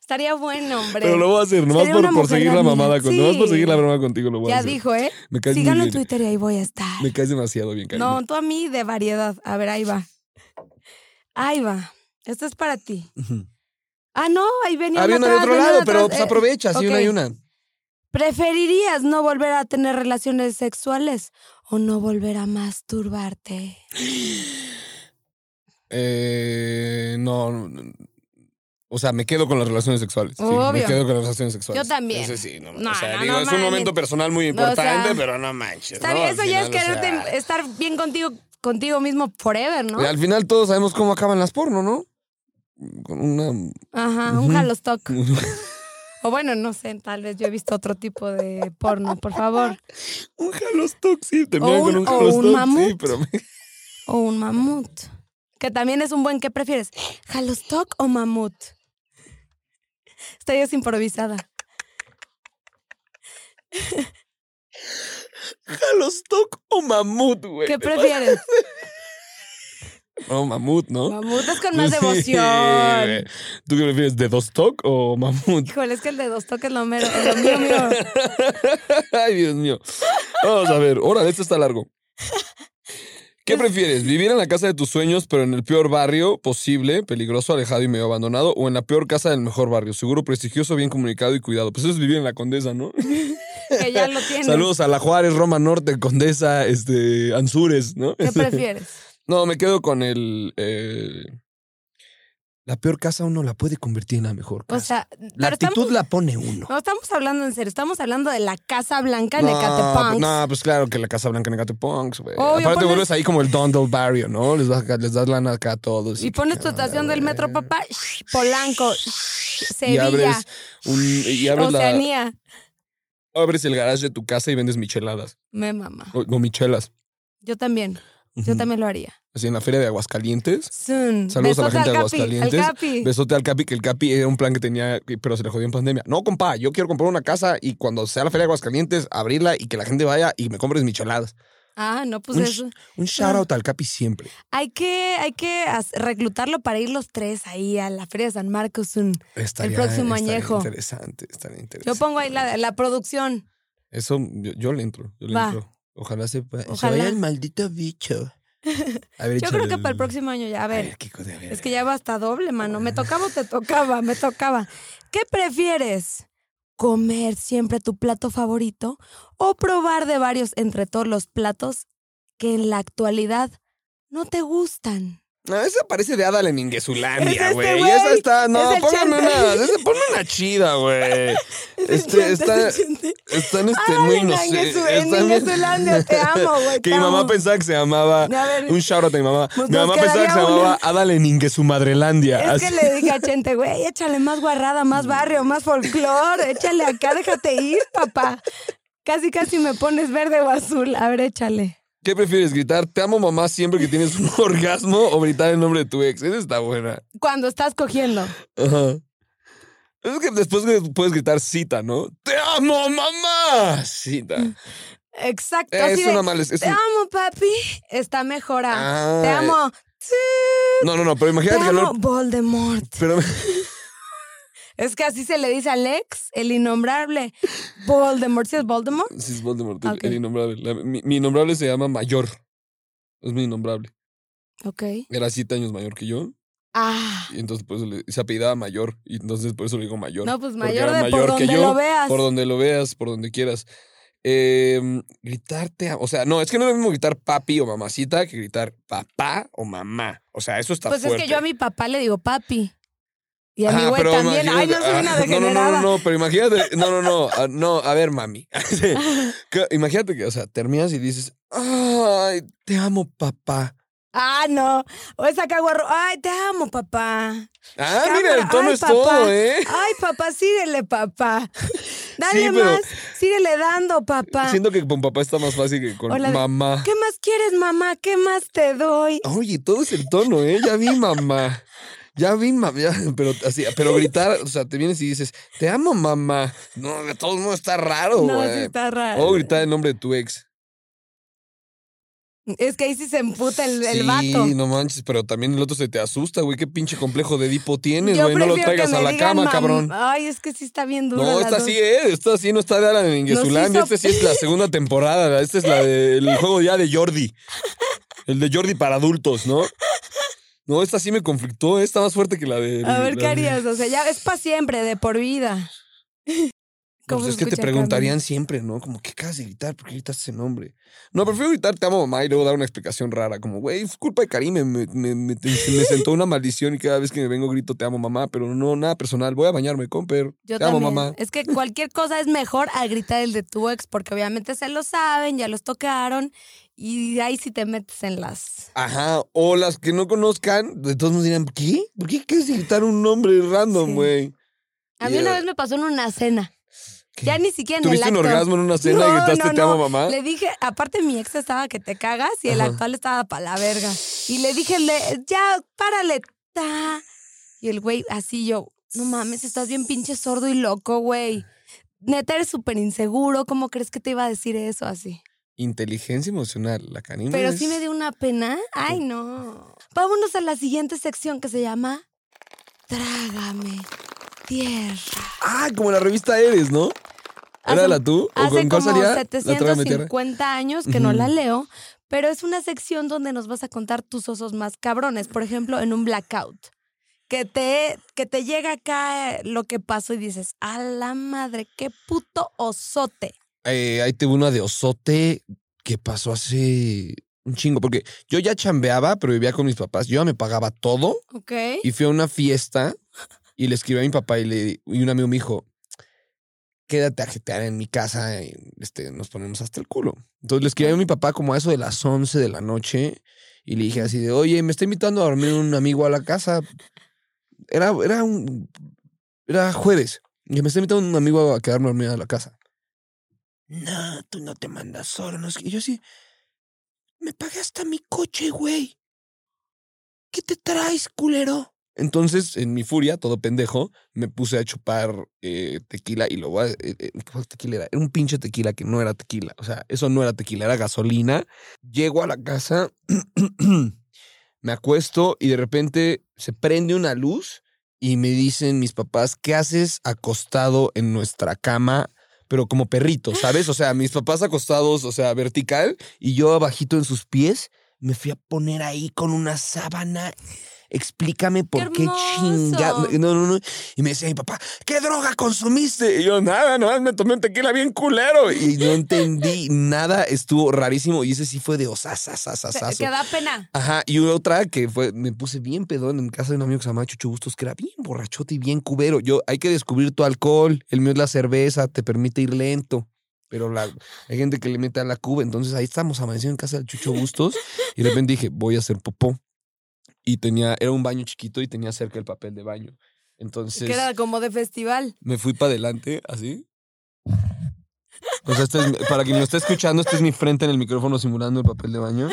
Speaker 1: Estaría bueno, hombre.
Speaker 2: Pero lo voy a hacer, nomás
Speaker 1: Sería
Speaker 2: por,
Speaker 1: una
Speaker 2: por
Speaker 1: mujer
Speaker 2: seguir la
Speaker 1: admirable.
Speaker 2: mamada con,
Speaker 1: Sí.
Speaker 2: nomás por seguir la broma contigo lo voy a
Speaker 1: ya
Speaker 2: hacer.
Speaker 1: dijo, ¿eh?
Speaker 2: Me caes muy
Speaker 1: Síganlo en
Speaker 2: bien.
Speaker 1: Twitter y ahí voy a estar.
Speaker 2: Me caes demasiado bien, cariño.
Speaker 1: No, tú a mí de variedad. A ver, ahí va. Ahí va. Esto es para ti.
Speaker 2: Ujú.
Speaker 1: Ah, no, ahí venía
Speaker 2: Había
Speaker 1: una
Speaker 2: una de
Speaker 1: atrás,
Speaker 2: otro
Speaker 1: venía
Speaker 2: lado,
Speaker 1: una
Speaker 2: pero
Speaker 1: atrás.
Speaker 2: pues
Speaker 1: Eh,
Speaker 2: aprovecha, sí, una y
Speaker 1: ok.
Speaker 2: una.
Speaker 1: ¿Preferirías no volver a tener relaciones sexuales o no volver a masturbarte?
Speaker 2: Eh, no, no, no. O sea, me quedo con las relaciones sexuales. sí, me
Speaker 1: Obvio.
Speaker 2: quedo con las relaciones sexuales.
Speaker 1: Yo también.
Speaker 2: Ese sí, no,
Speaker 1: No,
Speaker 2: o sea,
Speaker 1: no,
Speaker 2: digo,
Speaker 1: no
Speaker 2: es un
Speaker 1: mames.
Speaker 2: momento personal muy
Speaker 1: No, o sea,
Speaker 2: importante, pero no manches.
Speaker 1: Está
Speaker 2: ¿no?
Speaker 1: bien,
Speaker 2: Al
Speaker 1: eso ya es
Speaker 2: final, o
Speaker 1: quererte,
Speaker 2: sea,
Speaker 1: estar bien contigo, contigo mismo forever, ¿no?
Speaker 2: Y Eh, al final todos sabemos cómo acaban las porno, ¿no? Con una.
Speaker 1: Ajá, un jalostock.
Speaker 2: [laughs]
Speaker 1: O bueno, no sé, tal vez yo he visto otro tipo de porno, por favor.
Speaker 2: un jalostock, sí. Te miran
Speaker 1: O
Speaker 2: con
Speaker 1: un-
Speaker 2: un
Speaker 1: o un
Speaker 2: jalostock, sí,
Speaker 1: mamut.
Speaker 2: pero. [laughs] me-
Speaker 1: O un mamut. Que también es un buen, ¿qué prefieres? ¿Jalostock o mamut? Estoy es improvisada.
Speaker 2: ¿Jalostock o mamut, güey?
Speaker 1: ¿Qué prefieres?
Speaker 2: No, mamut, ¿no? Pues
Speaker 1: Mamut es con más
Speaker 2: [laughs] Sí, güey.
Speaker 1: devoción.
Speaker 2: ¿Tú qué prefieres, de dos toc o mamut? [laughs]
Speaker 1: Híjole, es que el de dos toques lo mero, es lo mío, mío.
Speaker 2: Ay, Dios mío. Vamos a ver. Ahora, esto está largo. ¿Qué prefieres? ¿Vivir en la casa de tus sueños, pero en el peor barrio posible, peligroso, alejado y medio abandonado? ¿O en la peor casa del mejor barrio? Seguro, prestigioso, bien comunicado y cuidado. Pues eso es vivir en la condesa, ¿no?
Speaker 1: Que ya lo tienes.
Speaker 2: Saludos a La Juárez, Roma Norte, Condesa, este, Ansures, ¿no?
Speaker 1: ¿Qué prefieres?
Speaker 2: No, me quedo con el. eh, la peor casa uno la puede convertir en la mejor
Speaker 1: O
Speaker 2: casa.
Speaker 1: sea,
Speaker 2: la
Speaker 1: pero estamos,
Speaker 2: actitud la pone uno.
Speaker 1: no estamos hablando en serio, estamos hablando de la Casa Blanca en
Speaker 2: No,
Speaker 1: Ecatepunks.
Speaker 2: pues, No, pues claro que la Casa Blanca en Ecatepunks, güey.
Speaker 1: Obvio,
Speaker 2: Aparte,
Speaker 1: pones-
Speaker 2: vuelves ahí como el don del barrio, ¿no? Les, das- les das lana acá a todos.
Speaker 1: Y pones tu estación del metro, papá, shh, Polanco, shh,
Speaker 2: eh. Y
Speaker 1: Sevilla,
Speaker 2: abres, un, y abres, la-
Speaker 1: Oceanía.
Speaker 2: abres el garage de tu casa y vendes micheladas.
Speaker 1: Me mama.
Speaker 2: O, o michelas.
Speaker 1: Yo también, yo
Speaker 2: Ujú.
Speaker 1: también lo haría.
Speaker 2: Así en la feria de Aguascalientes.
Speaker 1: Soon.
Speaker 2: Saludos a la
Speaker 1: Besote
Speaker 2: gente de
Speaker 1: al Capi,
Speaker 2: Aguascalientes.
Speaker 1: Al Capi.
Speaker 2: Besote al Capi, que el Capi era un plan que tenía, pero se le jodió en pandemia. No, compa, yo quiero comprar una casa y cuando sea la feria de Aguascalientes, abrirla y que la gente vaya y me compres micheladas.
Speaker 1: Ah, no, pues
Speaker 2: un,
Speaker 1: eso.
Speaker 2: sh- un shout out al Capi siempre.
Speaker 1: Hay que, hay que as- reclutarlo para ir los tres ahí a la Feria de San Marcos. soon.
Speaker 2: Estaría-
Speaker 1: próximo
Speaker 2: estaría
Speaker 1: añejo.
Speaker 2: Interesante, estaría interesante.
Speaker 1: Yo pongo ahí la, la producción.
Speaker 2: Eso, yo, yo le entro, yo le
Speaker 1: Va.
Speaker 2: entro. Ojalá se, pa- se
Speaker 1: Ojalá.
Speaker 2: vaya el
Speaker 1: [laughs]
Speaker 2: maldito bicho. A ver,
Speaker 1: Yo creo
Speaker 2: échale
Speaker 1: que para el próximo año ya, a
Speaker 2: A ver,
Speaker 1: ver.
Speaker 2: qué cosa, a ver,
Speaker 1: Es que ya va hasta doble, mano. Me tocaba o te tocaba, me tocaba. ¿Qué prefieres? ¿Comer siempre tu plato favorito o probar de varios entre todos los platos que en la actualidad no te gustan?
Speaker 2: No, esa parece de Ada Leminguezulandia,
Speaker 1: Es este
Speaker 2: güey.
Speaker 1: güey.
Speaker 2: esa está. No,
Speaker 1: Es el
Speaker 2: pónganme
Speaker 1: Chente.
Speaker 2: una. esa- ponme una
Speaker 1: [laughs]
Speaker 2: chida, güey. Este, está, están este,
Speaker 1: Ay,
Speaker 2: muy
Speaker 1: en
Speaker 2: inocentes.
Speaker 1: Inguezu- en Inguezulandia, te
Speaker 2: [laughs]
Speaker 1: amo, güey,
Speaker 2: Que
Speaker 1: te
Speaker 2: mi mamá
Speaker 1: amo.
Speaker 2: pensaba que se llamaba.
Speaker 1: A ver.
Speaker 2: un shout out a mi mamá.
Speaker 1: Pues
Speaker 2: mi
Speaker 1: nos
Speaker 2: mamá pensaba que se
Speaker 1: quedaría
Speaker 2: llamaba
Speaker 1: una.
Speaker 2: Ada Leminguezumadrelandia.
Speaker 1: Es
Speaker 2: Así-
Speaker 1: que le dije a Chente, güey, échale más guarrada, más barrio, más folclore, échale acá, déjate ir, papá. Casi, casi me pones verde o azul. A ver, échale.
Speaker 2: ¿Qué prefieres, gritar te amo mamá siempre que tienes un [laughs] orgasmo o gritar el nombre de tu ex? Esa está buena.
Speaker 1: Cuando estás cogiendo.
Speaker 2: Ajá. Es que después que puedes gritar cita, ¿no? ¡Te amo, mamá! Cita.
Speaker 1: Exacto.
Speaker 2: Eh,
Speaker 1: Mm. así
Speaker 2: es
Speaker 1: de,
Speaker 2: una mala. es- es
Speaker 1: Te
Speaker 2: un-
Speaker 1: amo, papi. Está mejora.
Speaker 2: Ah,
Speaker 1: Te amo.
Speaker 2: No, no, no, pero
Speaker 1: Te
Speaker 2: imagínate el
Speaker 1: amo,
Speaker 2: calor.
Speaker 1: Voldemort.
Speaker 2: Pero, [laughs]
Speaker 1: Es que así se le dice a Alex, el innombrable. Voldemort, ¿sí es Voldemort?
Speaker 2: sí, es Voldemort, el-
Speaker 1: Ok.
Speaker 2: el innombrable. La- mi, mi innombrable se llama Mayor. Es mi innombrable.
Speaker 1: Ok.
Speaker 2: Era siete años mayor que yo.
Speaker 1: Ah.
Speaker 2: Y entonces por eso le- se apellidaba Mayor. Y entonces por eso le digo Mayor.
Speaker 1: No, pues
Speaker 2: Porque
Speaker 1: mayor
Speaker 2: era
Speaker 1: de por donde lo veas.
Speaker 2: Por donde lo veas, por donde quieras. Eh, gritar te amo. O sea, no, es que no es lo mismo gritar papi o mamacita que gritar papá o mamá. O sea, eso está
Speaker 1: Pues
Speaker 2: fuerte.
Speaker 1: es que yo a mi papá le digo papi. Y a mi
Speaker 2: Ajá,
Speaker 1: güey
Speaker 2: pero
Speaker 1: también. Ay, no
Speaker 2: imagínate-
Speaker 1: soy una
Speaker 2: ah, [laughs] no, no,
Speaker 1: degenerada.
Speaker 2: no, no, no, pero imagínate, no, no, no,
Speaker 1: [laughs]
Speaker 2: ah, no, a ver, mami. [laughs] Que- imagínate que, o sea, terminas y dices, ay, te amo, papá.
Speaker 1: Ah, no. O esa caguarro. Ay, te amo, papá.
Speaker 2: Ah,
Speaker 1: Te
Speaker 2: mira,
Speaker 1: amo,
Speaker 2: el tono
Speaker 1: ay,
Speaker 2: es
Speaker 1: papá.
Speaker 2: todo, ¿eh?
Speaker 1: Ay, papá, síguele, papá. Dale
Speaker 2: Sí, pero-
Speaker 1: más. Síguele dando, papá.
Speaker 2: Siento que con papá está más fácil que con
Speaker 1: Hola, de-
Speaker 2: mamá.
Speaker 1: ¿Qué más quieres, mamá? ¿Qué más te doy?
Speaker 2: Oye, todo es el tono, ¿eh? Ya vi, mamá. Ya vi, mamá. Pero así, pero gritar, o sea, te vienes y dices, te amo, mamá. No, de todo el mundo está raro,
Speaker 1: no, sí
Speaker 2: Oh, güey.
Speaker 1: está raro.
Speaker 2: o gritar el nombre de tu ex.
Speaker 1: Es que ahí sí se emputa el, el
Speaker 2: sí,
Speaker 1: vato.
Speaker 2: no manches, pero también el otro se te asusta, güey. Qué pinche complejo de Edipo tienes,
Speaker 1: Yo
Speaker 2: güey. No lo
Speaker 1: prefiero
Speaker 2: traigas
Speaker 1: que me
Speaker 2: a la
Speaker 1: digan
Speaker 2: cama,
Speaker 1: mam-
Speaker 2: cabrón.
Speaker 1: Ay, es que sí está bien duro.
Speaker 2: No, esta sí, ¿eh? Esta sí no está de Alan en
Speaker 1: Nos hizo-
Speaker 2: Esta sí es la segunda temporada. ¿verdad? Esta es la
Speaker 1: [laughs]
Speaker 2: del juego ya de Jordi. El de Jordi para adultos, ¿no? No, esta sí me conflictó. Esta más fuerte que la de.
Speaker 1: A ver,
Speaker 2: la
Speaker 1: ¿qué
Speaker 2: de-
Speaker 1: harías? O sea, ya es para siempre, de por vida.
Speaker 2: [laughs] No,
Speaker 1: ¿Cómo se
Speaker 2: pues es que te
Speaker 1: escucha,
Speaker 2: preguntarían siempre, ¿no? Como, ¿qué acabas de gritar? ¿Por qué gritaste ese nombre? No, prefiero gritar te amo mamá y luego dar una explicación rara, como, güey, es culpa de Karim, me, me- me- me- me sentó una maldición y cada vez que me vengo grito te amo mamá, pero no, nada personal, voy a bañarme, comper,
Speaker 1: Yo
Speaker 2: te amo
Speaker 1: también.
Speaker 2: mamá.
Speaker 1: Es que cualquier cosa es mejor a gritar el de tu ex, porque obviamente se lo saben, ya los tocaron, y ahí sí te metes en las.
Speaker 2: Ajá, o las que no conozcan, de todos nos dirán, ¿qué? ¿Por qué quieres gritar un nombre
Speaker 1: Sí.
Speaker 2: random, güey?
Speaker 1: A mí
Speaker 2: Yeah.
Speaker 1: una vez me pasó en una cena.
Speaker 2: ¿Qué?
Speaker 1: Ya ni siquiera en el
Speaker 2: ¿Tuviste un
Speaker 1: acto.
Speaker 2: orgasmo en una cena y
Speaker 1: No,
Speaker 2: gritaste
Speaker 1: no,
Speaker 2: te
Speaker 1: no.
Speaker 2: amo mamá?
Speaker 1: Le dije, aparte mi ex estaba que te cagas y el
Speaker 2: ¿Ah? Ajá.
Speaker 1: actual estaba para la verga. Y le dije, le- ya, párale. ta. Y el güey, así yo, no mames, estás bien pinche sordo y loco, güey. Neta, eres súper inseguro. ¿Cómo crees que te iba a decir eso así?
Speaker 2: Inteligencia emocional, la canina.
Speaker 1: Pero
Speaker 2: es-
Speaker 1: sí me dio una pena. Ay, no. Vámonos a la siguiente sección que se llama Trágame Tierra.
Speaker 2: Ah, como la revista Eres, ¿no? ¿Era
Speaker 1: Hace-
Speaker 2: la tú? ¿O
Speaker 1: Hace
Speaker 2: con
Speaker 1: como
Speaker 2: cuál salía? La trágame tierra.
Speaker 1: 750 años que no la
Speaker 2: Ujú.
Speaker 1: leo, pero es una sección donde nos vas a contar tus osos más cabrones. Por ejemplo, en un blackout. Que te, que te llega acá eh, lo que pasó y dices, a la madre, qué puto osote.
Speaker 2: Eh, ahí tuve una de osote que pasó hace un chingo, porque yo ya chambeaba, pero vivía con mis papás. Yo ya me pagaba todo
Speaker 1: ¿Ok?
Speaker 2: y fui a una fiesta y le escribí a mi papá y, le, y un amigo me dijo, quédate a jetear en mi casa, eh, este, nos ponemos hasta el culo. Entonces le escribí a mi papá como a eso de las 11 de la noche y le dije así de, oye, me está invitando a dormir un amigo a la casa. Era, era, un, era jueves y me está invitando un amigo a quedarme dormido a la casa. No, tú no te mandas solo. no sé qué. Y yo así, me pagué hasta mi coche, güey. ¿Qué te traes, culero? Entonces, en mi furia, todo pendejo, me puse a chupar eh, tequila y lo voy a... eh, eh, ¿cuál tequila era? Era un pinche tequila que no era tequila. O sea, eso no era tequila, era gasolina. Llego a la casa, [clears throat] me acuesto y de repente se prende una luz y me dicen mis papás, ¿qué haces acostado en nuestra cama? Pero como perrito, ¿sabes? O sea, mis papás acostados, o sea, vertical y yo abajito en sus pies. Me fui a poner ahí con una sábana explícame por qué,
Speaker 1: hermoso!
Speaker 2: chinga. No, no, no. Y me decía, mi papá, ¿qué droga consumiste? Y yo, nada, nada, me tomé un tequila bien culero. Y no entendí nada, estuvo rarísimo. Y ese sí fue de
Speaker 1: Te,
Speaker 2: osasasasasaso.
Speaker 1: te da pena.
Speaker 2: Ajá, y una otra que fue, me puse bien pedón en casa de un amigo que se llamaba Chucho Bustos, que era bien borrachote y bien cubero. Yo, hay que descubrir tu alcohol, el mío es la cerveza, te permite ir lento. Pero la- hay gente que le mete a la cuba, entonces ahí estamos amaneciendo en casa de Chucho Bustos y de repente dije, voy a hacer popó. Y tenía, era un baño chiquito y tenía cerca el papel de baño. Entonces
Speaker 1: Que era como de festival.
Speaker 2: me fui para adelante, así. O sea, este es mi- para quien lo está escuchando, esta es mi frente en el micrófono simulando el papel de baño.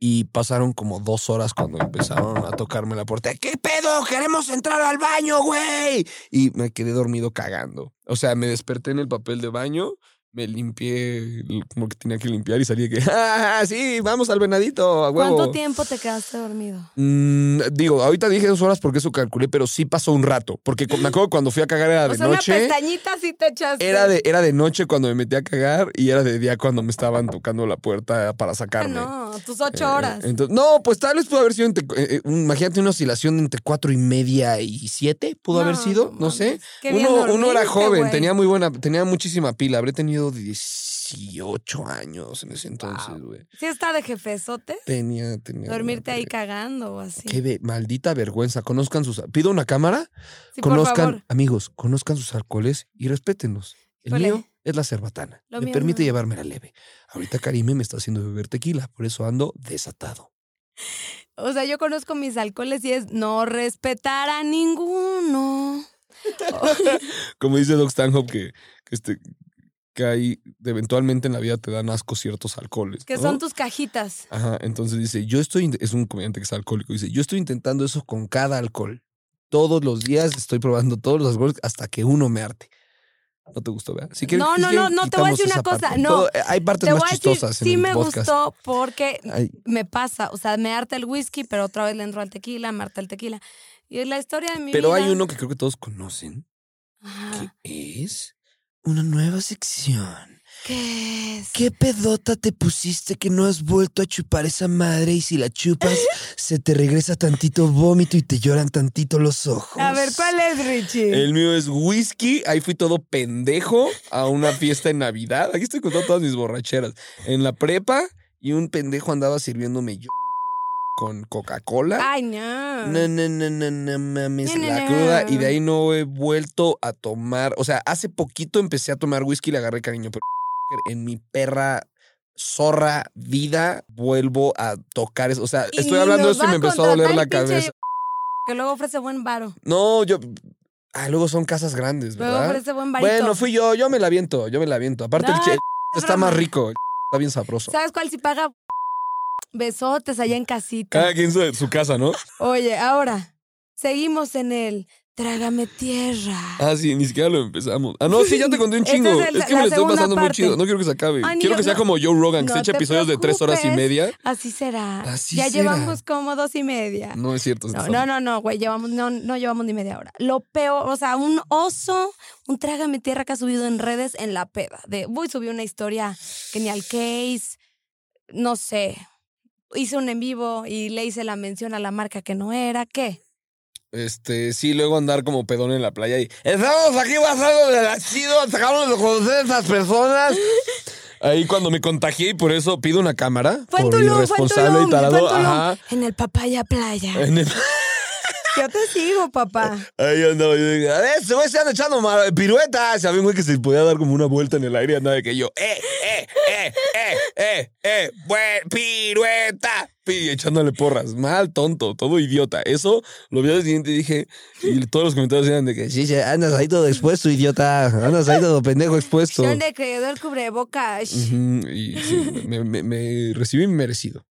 Speaker 2: Y pasaron como dos horas cuando empezaron a tocarme la puerta. ¿Qué pedo? Queremos entrar al baño, güey. Y me quedé dormido cagando. O sea, me desperté en el papel de baño, me limpié como que tenía que limpiar y salí de que, "Ah, sí, vamos al venadito, a huevo.
Speaker 1: ¿Cuánto tiempo te quedaste dormido?
Speaker 2: Mm, digo, ahorita dije dos horas porque eso calculé, pero sí pasó un rato. Porque co- me acuerdo cuando fui a cagar era de
Speaker 1: o sea, una
Speaker 2: noche.
Speaker 1: pestañita sí te echaste.
Speaker 2: Era de, era de noche cuando me metí a cagar y era de día cuando me estaban tocando la puerta para
Speaker 1: Ah,
Speaker 2: sacarme.
Speaker 1: No, tus
Speaker 2: Eh,
Speaker 1: ocho horas.
Speaker 2: entonces- no, pues tal vez pudo haber sido entre- eh, eh, imagínate una oscilación entre cuatro y media y siete, pudo haber
Speaker 1: No,
Speaker 2: sido, no
Speaker 1: mames.
Speaker 2: sé.
Speaker 1: Qué bien
Speaker 2: Uno, uno era
Speaker 1: dormiste,
Speaker 2: joven,
Speaker 1: güey.
Speaker 2: tenía muy buena, tenía muchísima pila. Habré tenido 18 años en ese entonces, güey.
Speaker 1: Sí está de jefezote.
Speaker 2: Tenía, tenía. una
Speaker 1: Dormirte ahí
Speaker 2: pila.
Speaker 1: cagando o así.
Speaker 2: Qué ve- maldita vergüenza. Conozcan sus. Pido una cámara.
Speaker 1: Sí, por
Speaker 2: conozcan,
Speaker 1: favor.
Speaker 2: amigos, conozcan sus alcoholes y respétenlos. El
Speaker 1: Híjole.
Speaker 2: mío es la cerbatana.
Speaker 1: Lo
Speaker 2: me
Speaker 1: mío
Speaker 2: permite
Speaker 1: no.
Speaker 2: llevármela leve. Ahorita Karime me está haciendo beber tequila, por eso ando desatado.
Speaker 1: O sea, yo conozco mis alcoholes y es no respetar a ninguno.
Speaker 2: Como dice Doc Stanhope, que, que, este, que hay, eventualmente en la vida te dan asco ciertos alcoholes.
Speaker 1: Que
Speaker 2: ¿no?
Speaker 1: son tus cajitas.
Speaker 2: Ajá, entonces dice, yo estoy, int- es un comediante que es alcohólico, dice, yo estoy intentando eso con cada alcohol. Todos los días estoy probando todos los alcoholes hasta que uno me arte. No te gustó, ¿verdad? Si quieres-
Speaker 1: No,
Speaker 2: si
Speaker 1: no,
Speaker 2: quieren,
Speaker 1: no, no, te voy a
Speaker 2: quitamos
Speaker 1: decir una
Speaker 2: esa
Speaker 1: cosa,
Speaker 2: parte.
Speaker 1: no.
Speaker 2: Todo- eh, hay partes
Speaker 1: Te
Speaker 2: más
Speaker 1: voy a decir,
Speaker 2: chistosas en
Speaker 1: sí
Speaker 2: el
Speaker 1: me
Speaker 2: podcast.
Speaker 1: gustó porque
Speaker 2: Ay,
Speaker 1: me pasa. O sea, me harta el whisky, pero otra vez le entro al tequila, me harta el tequila. Y es la historia de mi
Speaker 2: pero
Speaker 1: vida. Ah,
Speaker 2: hay uno que creo que todos conocen, que
Speaker 1: Ajá.
Speaker 2: es una nueva sección.
Speaker 1: ¿Qué es?
Speaker 2: ¿Qué pedota te pusiste que no has vuelto a chupar esa madre y si la
Speaker 1: [laughs]
Speaker 2: chupas se te regresa tantito vómito y te lloran tantito los ojos?
Speaker 1: A ver, ¿cuál es, Richie?
Speaker 2: El mío es whisky. Ahí fui todo pendejo a una fiesta en Navidad. Aquí estoy contando todas mis borracheras. En la prepa y un pendejo andaba sirviéndome yo con Coca-Cola.
Speaker 1: Ay, no.
Speaker 2: No, no, no, no, no mames,
Speaker 1: Ah. No, no,
Speaker 2: la
Speaker 1: no.
Speaker 2: cruda. Y de ahí no he vuelto a tomar. O sea, hace poquito empecé a tomar whisky y le agarré cariño, pero en mi perra zorra vida vuelvo a tocar eso. O sea,
Speaker 1: Y
Speaker 2: estoy
Speaker 1: ni
Speaker 2: hablando de
Speaker 1: nos
Speaker 2: esto y
Speaker 1: va
Speaker 2: me
Speaker 1: a
Speaker 2: empezó a doler la
Speaker 1: contratar el pinche
Speaker 2: cabeza.
Speaker 1: Que luego ofrece buen varo.
Speaker 2: No, yo. Ah, luego son casas grandes,
Speaker 1: Luego
Speaker 2: ¿verdad?
Speaker 1: ofrece buen varito.
Speaker 2: Bueno, fui yo, yo me la viento, yo me la viento. Aparte, el
Speaker 1: No,
Speaker 2: che-
Speaker 1: es
Speaker 2: [laughs] está más
Speaker 1: broma.
Speaker 2: rico, el [laughs] está bien sabroso.
Speaker 1: ¿Sabes cuál si paga? Besotes allá en casita.
Speaker 2: Cada quien su, su casa, ¿no?
Speaker 1: Oye, ahora, seguimos en el Trágame Tierra.
Speaker 2: Ah, sí, ni siquiera lo empezamos. Ah, no, sí, ya te conté un chingo.
Speaker 1: Esta es el-
Speaker 2: es que me
Speaker 1: la
Speaker 2: lo estoy
Speaker 1: segunda
Speaker 2: pasando muy
Speaker 1: parte.
Speaker 2: chido. No quiero que se acabe.
Speaker 1: Ay, ni
Speaker 2: quiero
Speaker 1: yo-
Speaker 2: que sea
Speaker 1: no-
Speaker 2: como Joe Rogan, que
Speaker 1: no
Speaker 2: se echa
Speaker 1: te
Speaker 2: episodios de tres horas y
Speaker 1: preocupes.
Speaker 2: media.
Speaker 1: Así será.
Speaker 2: Así
Speaker 1: ya
Speaker 2: será.
Speaker 1: llevamos como dos y media.
Speaker 2: No es cierto.
Speaker 1: No,
Speaker 2: está-
Speaker 1: no, no, no, güey, llevamos, no, no llevamos ni media hora. Lo peor, o sea, un oso, un trágame tierra que ha subido en redes en la peda. De, voy, subí una historia que ni al case, no sé. Hice un en vivo y le hice la mención a la marca que no era. ¿Qué?
Speaker 2: Este, sí, luego andar como pedón en la playa y. Estamos aquí pasando de la chido, acabamos de conocer a estas personas. Ahí cuando me contagié y por eso pido una cámara.
Speaker 1: Fue en
Speaker 2: por
Speaker 1: Tulum, fue en
Speaker 2: irresponsable
Speaker 1: Tulum,
Speaker 2: y
Speaker 1: fue en
Speaker 2: tarado.
Speaker 1: Tulum,
Speaker 2: Ajá. Eh.
Speaker 1: En el Papaya Playa.
Speaker 2: En el-
Speaker 1: Yo te sigo, papá.
Speaker 2: Ahí andaba yo, dije, a ver, se güey se anda echando ma- piruetas. Y había un güey que se podía dar como una vuelta en el aire y andaba de que yo, eh, eh, eh, eh, eh, eh, bue- pirueta. Y echándole porras, mal tonto, todo idiota. Eso lo vi al siguiente y dije, y todos los comentarios eran de que, sí, sí, andas ahí todo expuesto, idiota, andas ahí todo pendejo expuesto.
Speaker 1: Yo le quedó el cubrebocas.
Speaker 2: Ujú, y sí, me, me- me recibí merecido.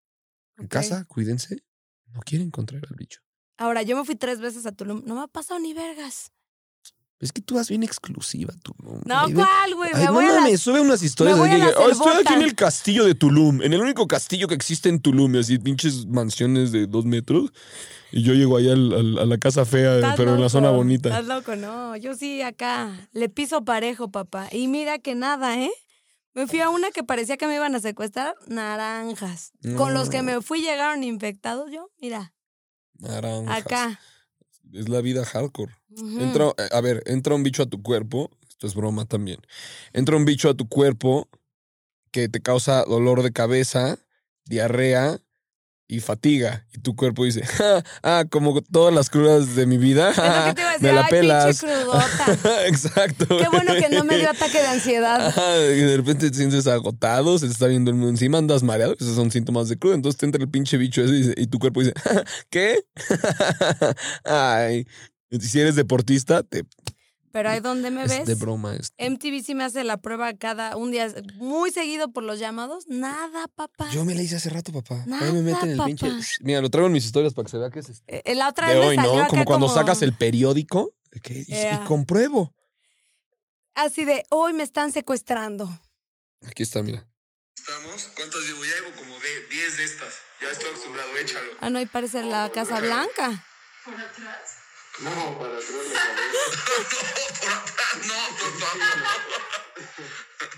Speaker 2: En
Speaker 1: Ok.
Speaker 2: casa, cuídense, no quieren encontrar al bicho.
Speaker 1: Ahora, yo me fui tres veces a Tulum. No me ha pasado ni vergas.
Speaker 2: Es que tú vas bien exclusiva, tú.
Speaker 1: No,
Speaker 2: güey, ve-
Speaker 1: ¿cuál, güey?
Speaker 2: Ay,
Speaker 1: Me
Speaker 2: no
Speaker 1: voy a
Speaker 2: mames,
Speaker 1: las-
Speaker 2: sube unas historias
Speaker 1: me voy
Speaker 2: así
Speaker 1: a
Speaker 2: que,
Speaker 1: la
Speaker 2: "Oh, estoy aquí
Speaker 1: Selvotan".
Speaker 2: en el castillo de Tulum, en el único castillo que existe en Tulum, y así pinches mansiones de dos metros. Y yo llego ahí al- al- a la casa fea, eh,
Speaker 1: Estás
Speaker 2: pero en la
Speaker 1: loco,
Speaker 2: zona bonita.
Speaker 1: Estás loco, no. Yo sí acá le piso parejo, papá. Y mira que nada, ¿eh? Me fui a una que parecía que me iban a secuestrar naranjas. Con los que me fui llegaron infectados yo, mira,
Speaker 2: Naranjas.
Speaker 1: acá. Mm.
Speaker 2: Es la vida hardcore.
Speaker 1: Ujú.
Speaker 2: Entra, eh, a ver, entra un bicho a tu cuerpo. Esto es broma también. Entra un bicho a tu cuerpo que te causa dolor de cabeza, diarrea y fatiga. Y tu cuerpo dice, [laughs] "Ja, ah, como todas las crudas de mi vida,
Speaker 1: Es
Speaker 2: [laughs]
Speaker 1: lo que te iba a decir,
Speaker 2: me la
Speaker 1: ay,
Speaker 2: pelas.
Speaker 1: pinche
Speaker 2: [laughs]
Speaker 1: crudota.
Speaker 2: Exacto.
Speaker 1: Qué bueno que no me dio
Speaker 2: [laughs] güey.
Speaker 1: ataque de ansiedad.
Speaker 2: Ajá, y de repente te sientes agotado, se te está viendo el mundo encima, andas mareado, esos son síntomas de cruda. Entonces te entra el pinche bicho ese y, dice- y tu cuerpo dice, [laughs] ¿qué? Ay. Si eres deportista, te,
Speaker 1: Pero ahí donde me
Speaker 2: es
Speaker 1: ves. Em,
Speaker 2: de broma esto.
Speaker 1: MTV sí me hace la prueba cada un día, muy seguido por los llamados. Nada, papá.
Speaker 2: Yo me la hice hace rato, papá. Ahí
Speaker 1: Nada,
Speaker 2: me meten el pinche.
Speaker 1: papá.
Speaker 2: Mira, lo traigo en mis historias para que se vea que es este.
Speaker 1: Eh, La otra
Speaker 2: de
Speaker 1: vez me
Speaker 2: hoy, ¿no?
Speaker 1: salió
Speaker 2: Como
Speaker 1: acá
Speaker 2: cuando sacas el periódico que- y, y
Speaker 1: Ea.
Speaker 2: compruebo.
Speaker 1: Así de, hoy me están secuestrando.
Speaker 2: Aquí está, mira.
Speaker 3: ¿Estamos? ¿Cuántas llevo? Ya llevo como de 10 de estas. Ya estoy acostumbrado, échalo.
Speaker 1: Ah, no, y parece la Casa Blanca.
Speaker 3: No, para atrás. no, por atrás, [laughs] no, por favor.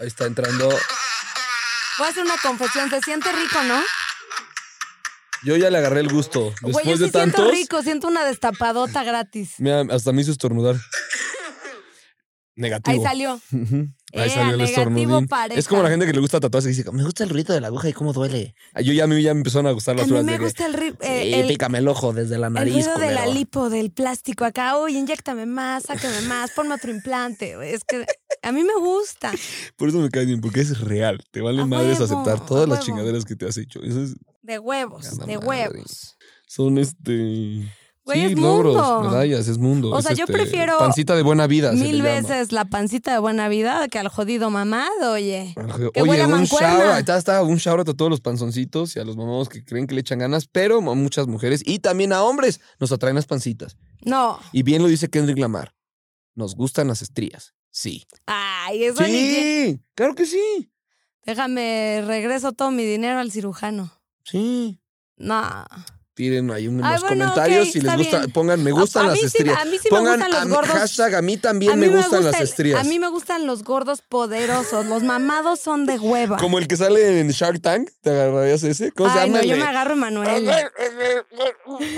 Speaker 2: Ahí está entrando.
Speaker 1: Voy a hacer una confesión, se siente rico, ¿no?
Speaker 2: Yo ya le agarré el gusto. Después
Speaker 1: Güey, yo sí
Speaker 2: de tantos.
Speaker 1: siento rico, siento una destapadota gratis.
Speaker 2: Mira, hasta me
Speaker 1: [laughs]
Speaker 2: hizo estornudar.
Speaker 1: Ahí
Speaker 2: Negativo.
Speaker 1: salió.
Speaker 2: Ujú.
Speaker 1: Ea,
Speaker 2: Ahí salió el
Speaker 1: negativo
Speaker 2: estornudín.
Speaker 1: pareja.
Speaker 2: Es como la gente que le gusta tatuajes que dice, me gusta el ruido de la aguja y cómo duele. Ah, Yo ya, a mí ya me empezaron a gustar
Speaker 1: A
Speaker 2: las
Speaker 1: mí
Speaker 2: horas
Speaker 1: me
Speaker 2: de que,
Speaker 1: gusta el, ri- eh,
Speaker 2: "Sí,
Speaker 1: el-
Speaker 2: pícame el ojo desde la
Speaker 1: el
Speaker 2: nariz,
Speaker 1: ruido de la
Speaker 2: culero".
Speaker 1: lipo, del plástico acá. Oye, inyectame más, sácame más, ponme otro implante. Es que a mí me gusta.
Speaker 2: Por eso me cae bien, porque es real. Te vale
Speaker 1: A
Speaker 2: madres
Speaker 1: huevo,
Speaker 2: aceptar
Speaker 1: a
Speaker 2: todas las
Speaker 1: huevo.
Speaker 2: chingaderas que te has hecho. Eso es-
Speaker 1: De huevos,
Speaker 2: Gana
Speaker 1: de
Speaker 2: madre.
Speaker 1: huevos.
Speaker 2: son este.
Speaker 1: Güey,
Speaker 2: sí,
Speaker 1: es
Speaker 2: logros,
Speaker 1: mundo.
Speaker 2: medallas, es mundo.
Speaker 1: O
Speaker 2: es,
Speaker 1: sea, yo
Speaker 2: este,
Speaker 1: prefiero
Speaker 2: Pancita de buena vida. se
Speaker 1: Mil
Speaker 2: le llama.
Speaker 1: veces la pancita de buena vida que al jodido mamado, oye. Que
Speaker 2: Oye,
Speaker 1: huele a
Speaker 2: un
Speaker 1: mancuerna.
Speaker 2: shout, ahí está, está, un shout a todos los panzoncitos y a los mamados que creen que le echan ganas, pero a muchas mujeres y también a hombres nos atraen las pancitas.
Speaker 1: No.
Speaker 2: Y bien lo dice Kendrick Lamar. Nos gustan las estrías. Sí.
Speaker 1: Ay, eso ni que-
Speaker 2: Sí, claro que sí.
Speaker 1: Déjame, regreso todo mi dinero al cirujano.
Speaker 2: Sí.
Speaker 1: No.
Speaker 2: Tiren ahí un- en
Speaker 1: Ay,
Speaker 2: los
Speaker 1: bueno,
Speaker 2: comentarios
Speaker 1: ok,
Speaker 2: si les
Speaker 1: está
Speaker 2: gusta.
Speaker 1: bien.
Speaker 2: Pongan me gustan
Speaker 1: a
Speaker 2: las
Speaker 1: mí sí-
Speaker 2: estrías.
Speaker 1: a mí sí me
Speaker 2: Pongan
Speaker 1: gustan los
Speaker 2: a mí-
Speaker 1: gordos.
Speaker 2: hashtag a mí también
Speaker 1: A
Speaker 2: me
Speaker 1: mí me
Speaker 2: gustan las
Speaker 1: gusta el-
Speaker 2: estrías.
Speaker 1: A mí me gustan los gordos poderosos. Los mamados son de hueva.
Speaker 2: Como el que sale en Shark Tank, ¿te agarrarías ese? ¿Cómo se
Speaker 1: Ay,
Speaker 2: llama?
Speaker 1: no,
Speaker 2: el
Speaker 1: yo
Speaker 2: de-
Speaker 1: me agarro a Manuel.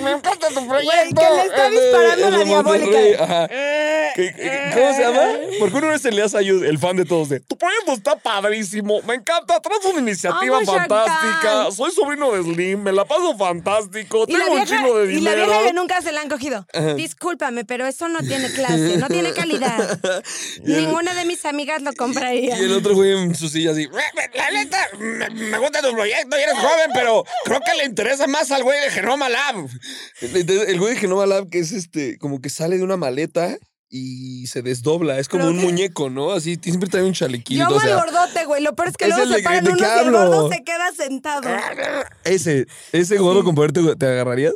Speaker 3: Me encanta tu
Speaker 1: Güey, que le está
Speaker 2: El de-
Speaker 1: disparando
Speaker 2: el
Speaker 1: la
Speaker 2: de Monterrey,
Speaker 1: diabólica. Eh,
Speaker 2: ajá. ¿Qué- qué- ¿Cómo se llama? Porque uno es Elías Ayud, el fan de todos de tu proyecto está padrísimo, me encanta, traes una iniciativa
Speaker 1: Amo Shark
Speaker 2: fantástica,
Speaker 1: Tank.
Speaker 2: soy sobrino de Slim, me la paso fantástico,
Speaker 1: Y la,
Speaker 2: tengo un
Speaker 1: vieja,
Speaker 2: chino de
Speaker 1: y la
Speaker 2: dinero.
Speaker 1: vieja que nunca se la han cogido. Discúlpame, pero eso no tiene clase, no tiene
Speaker 2: [laughs]
Speaker 1: calidad. Ninguna de mis amigas lo compraría.
Speaker 2: Y el otro güey en su silla así, la neta, me, me gusta tu proyecto y eres joven, pero creo que le interesa más al güey de Genoma Lab. El, el güey de Genoma Lab que es este, como que sale de una maleta y se desdobla, es como
Speaker 1: Creo
Speaker 2: un
Speaker 1: que-
Speaker 2: muñeco, ¿no? Así siempre trae un chalequillo.
Speaker 1: Yo amo
Speaker 2: o sea,
Speaker 1: al gordote, güey. Lo peor es que
Speaker 2: es
Speaker 1: luego
Speaker 2: el
Speaker 1: se
Speaker 2: de que-
Speaker 1: paran
Speaker 2: de
Speaker 1: unos
Speaker 2: que
Speaker 1: y el
Speaker 2: hablo.
Speaker 1: gordo se queda sentado.
Speaker 2: Ese, ese gordo con poder te, te agarrarías.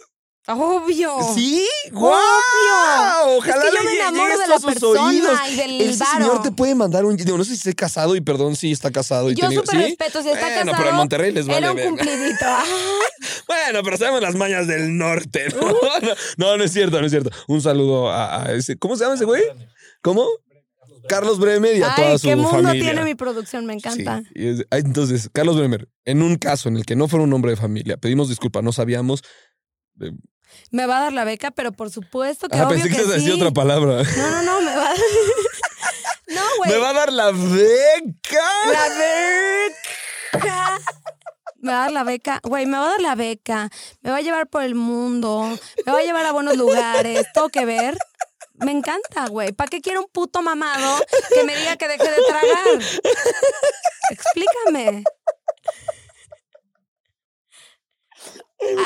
Speaker 1: Obvio.
Speaker 2: Sí,
Speaker 1: Obvio.
Speaker 2: guau. Ojalá
Speaker 1: es que yo
Speaker 2: le
Speaker 1: me
Speaker 2: llegue
Speaker 1: enamoro
Speaker 2: esto
Speaker 1: de la
Speaker 2: a sus
Speaker 1: persona
Speaker 2: oídos.
Speaker 1: y del
Speaker 2: Ese
Speaker 1: varo.
Speaker 2: señor te puede mandar un. Digo, no sé si esté casado y perdón si está casado y
Speaker 1: Yo
Speaker 2: tiene-
Speaker 1: súper
Speaker 2: ¿sí?
Speaker 1: respeto, si está
Speaker 2: bueno,
Speaker 1: casado.
Speaker 2: pero en Monterrey les vale
Speaker 1: Era un
Speaker 2: ver.
Speaker 1: cumplidito. Ay,
Speaker 2: Bueno, pero sabemos las mañas del norte,
Speaker 1: Uh.
Speaker 2: [laughs] ¿no? No, no es cierto, no es cierto. Un saludo a, a ese. ¿Cómo se llama ese güey? ¿Cómo? Carlos Bremer [laughs] y a toda su
Speaker 1: qué mundo
Speaker 2: familia.
Speaker 1: tiene mi producción, me encanta.
Speaker 2: Sí, y es- ah, entonces, Carlos Bremer, en un caso en el que no fuera un hombre de familia, pedimos disculpa, no sabíamos.
Speaker 1: Me va a dar la beca, pero por supuesto que
Speaker 2: Ah,
Speaker 1: obvio
Speaker 2: pensé que,
Speaker 1: que
Speaker 2: ibas a
Speaker 1: sí.
Speaker 2: decir otra
Speaker 1: [laughs]
Speaker 2: palabra.
Speaker 1: No, no, no, me va a dar... No, güey.
Speaker 2: [laughs] ¡Me va a dar la beca!
Speaker 1: La beca. Me va a dar la beca, güey, me va a dar la beca, me va a llevar por el mundo, me va a llevar a buenos lugares, todo que ver. Me encanta, güey. ¿Para qué quiero un puto mamado que me diga que deje de tragar? Explícame.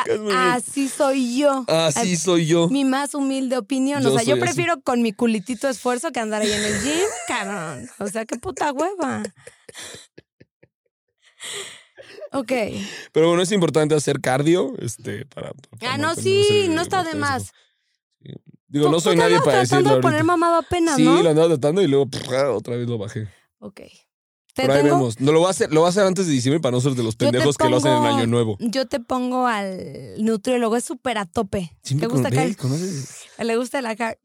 Speaker 1: A-
Speaker 2: caes muy bien.
Speaker 1: así soy yo.
Speaker 2: Así soy yo.
Speaker 1: Mi más humilde opinión.
Speaker 2: Yo
Speaker 1: o sea, yo
Speaker 2: soy así.
Speaker 1: prefiero con mi culitito esfuerzo que andar ahí en el gym, cabrón. O sea, qué puta hueva. Ok.
Speaker 2: Pero bueno, es importante hacer cardio. Este, para, para
Speaker 1: Ah, no, sí,
Speaker 2: mantenerse-
Speaker 1: no está de
Speaker 2: mantenerse-
Speaker 1: más.
Speaker 2: Digo,
Speaker 1: Tú-
Speaker 2: no
Speaker 1: tú
Speaker 2: soy
Speaker 1: te
Speaker 2: nadie
Speaker 1: andabas
Speaker 2: para
Speaker 1: tratando
Speaker 2: decirlo
Speaker 1: de poner
Speaker 2: ahorita.
Speaker 1: mamado apenas,
Speaker 2: Sí,
Speaker 1: ¿no?
Speaker 2: lo andaba tratando y luego pff, otra vez lo bajé.
Speaker 1: Ok. Te
Speaker 2: Por ahí
Speaker 1: tengo-
Speaker 2: vemos. No lo voy a hacer, lo voy a hacer antes de diciembre para no ser de los
Speaker 1: yo te
Speaker 2: pendejos que lo hacen en
Speaker 1: pongo-
Speaker 2: año nuevo.
Speaker 1: Yo te pongo al nutriólogo, es súper a tope.
Speaker 2: Siempre
Speaker 1: ¿Te
Speaker 2: con-
Speaker 1: gusta
Speaker 2: ve,
Speaker 1: acá el-
Speaker 2: conoces-
Speaker 1: Le gusta el acá.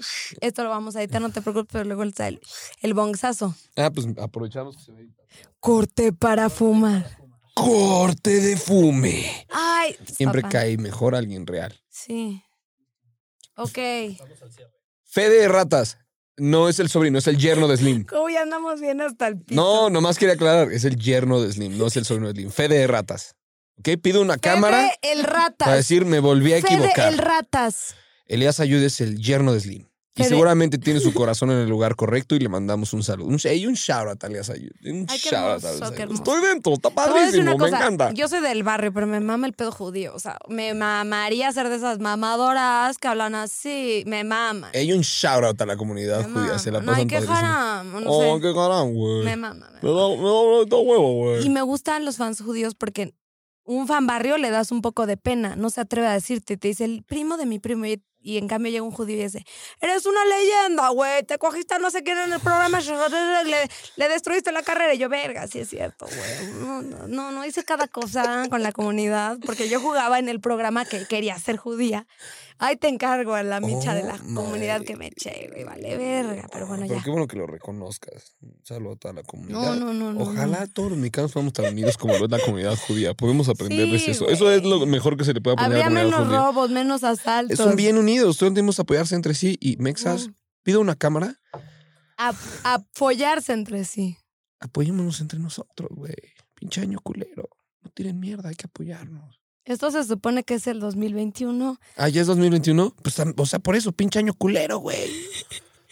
Speaker 1: Esto lo vamos a editar, no te preocupes, pero luego está el, el bonzazo.
Speaker 2: Ah, pues aprovechamos que se ve.
Speaker 1: Corte para fumar.
Speaker 2: Corte de fume.
Speaker 1: Ay, pues,
Speaker 2: Siempre
Speaker 1: papá.
Speaker 2: cae mejor alguien real.
Speaker 1: Sí. Ok.
Speaker 2: Fede de ratas. No es el sobrino, es el yerno de Slim.
Speaker 1: ¿Cómo ya andamos bien hasta el piso?
Speaker 2: No, nomás quería aclarar. Es el yerno de Slim, no es el sobrino de Slim. Fede de ratas. ¿Ok? Pido una
Speaker 1: Fede
Speaker 2: cámara
Speaker 1: el
Speaker 2: para
Speaker 1: ratas.
Speaker 2: decir me volví a
Speaker 1: Fede
Speaker 2: equivocar.
Speaker 1: el ratas.
Speaker 2: Elías Ayude es el yerno de Slim. Y
Speaker 1: Fede.
Speaker 2: seguramente
Speaker 1: [laughs]
Speaker 2: tiene su corazón en el lugar correcto y le mandamos un saludo. Un, y un shout out a Elías Ayude. Un
Speaker 1: Ay, qué
Speaker 2: shout out a
Speaker 1: hermoso,
Speaker 2: Elías
Speaker 1: qué
Speaker 2: Ayude.
Speaker 1: hermoso.
Speaker 2: Estoy dentro, está
Speaker 1: Te voy a decir una
Speaker 2: padrísimo, me
Speaker 1: cosa,
Speaker 2: encanta.
Speaker 1: Yo soy del barrio, pero me mama el pedo judío. O sea, me mamaría ser de esas mamadoras que hablan así. Me mama.
Speaker 2: Hay un shout out a la comunidad
Speaker 1: me
Speaker 2: judía, se la
Speaker 1: mama. no hay
Speaker 2: pasan
Speaker 1: que
Speaker 2: padrísimo.
Speaker 1: haram. No
Speaker 2: oh,
Speaker 1: sé.
Speaker 2: qué caramba, güey.
Speaker 1: Me
Speaker 2: Me da,
Speaker 1: mama. me
Speaker 2: me da, me da huevo, güey.
Speaker 1: Y me gustan los fans judíos porque un fan barrio le das un poco de pena, no se atreve a decirte, te dice el primo de mi primo y, y en cambio llega un judío y dice, eres una leyenda, güey, te cogiste a no sé quién en el programa, le, le destruiste la carrera y yo, verga, sí es cierto, güey. No, no, no, no hice cada cosa con la comunidad porque yo jugaba en el programa que quería ser judía. Ahí te encargo a la micha de la
Speaker 2: Oh,
Speaker 1: comunidad
Speaker 2: madre.
Speaker 1: que me eché, güey, vale verga, pero bueno,
Speaker 2: Pero
Speaker 1: ya.
Speaker 2: qué bueno que lo reconozcas. Un saludo a toda la
Speaker 1: No,
Speaker 2: comunidad.
Speaker 1: no, no, no.
Speaker 2: Ojalá
Speaker 1: no.
Speaker 2: todos los mexicanos fuéramos tan unidos como lo es la comunidad judía. Podemos aprenderles
Speaker 1: Sí,
Speaker 2: eso.
Speaker 1: güey.
Speaker 2: Eso es lo mejor que se le puede aprender
Speaker 1: Habría
Speaker 2: a la comunidad
Speaker 1: menos
Speaker 2: judía.
Speaker 1: robos, menos asaltos.
Speaker 2: Son bien unidos, todos debemos apoyarse entre sí. Y Mexas,
Speaker 1: Mm.
Speaker 2: pido una cámara,
Speaker 1: a, a follarse entre sí.
Speaker 2: apoyémonos entre nosotros, güey. Pinche año culero. No tiren mierda, hay que apoyarnos.
Speaker 1: Esto se supone que es el 2021.
Speaker 2: Ah, ya es 2021. Pues, tam- o sea, por eso, pinche año
Speaker 1: [laughs]
Speaker 2: culero, güey.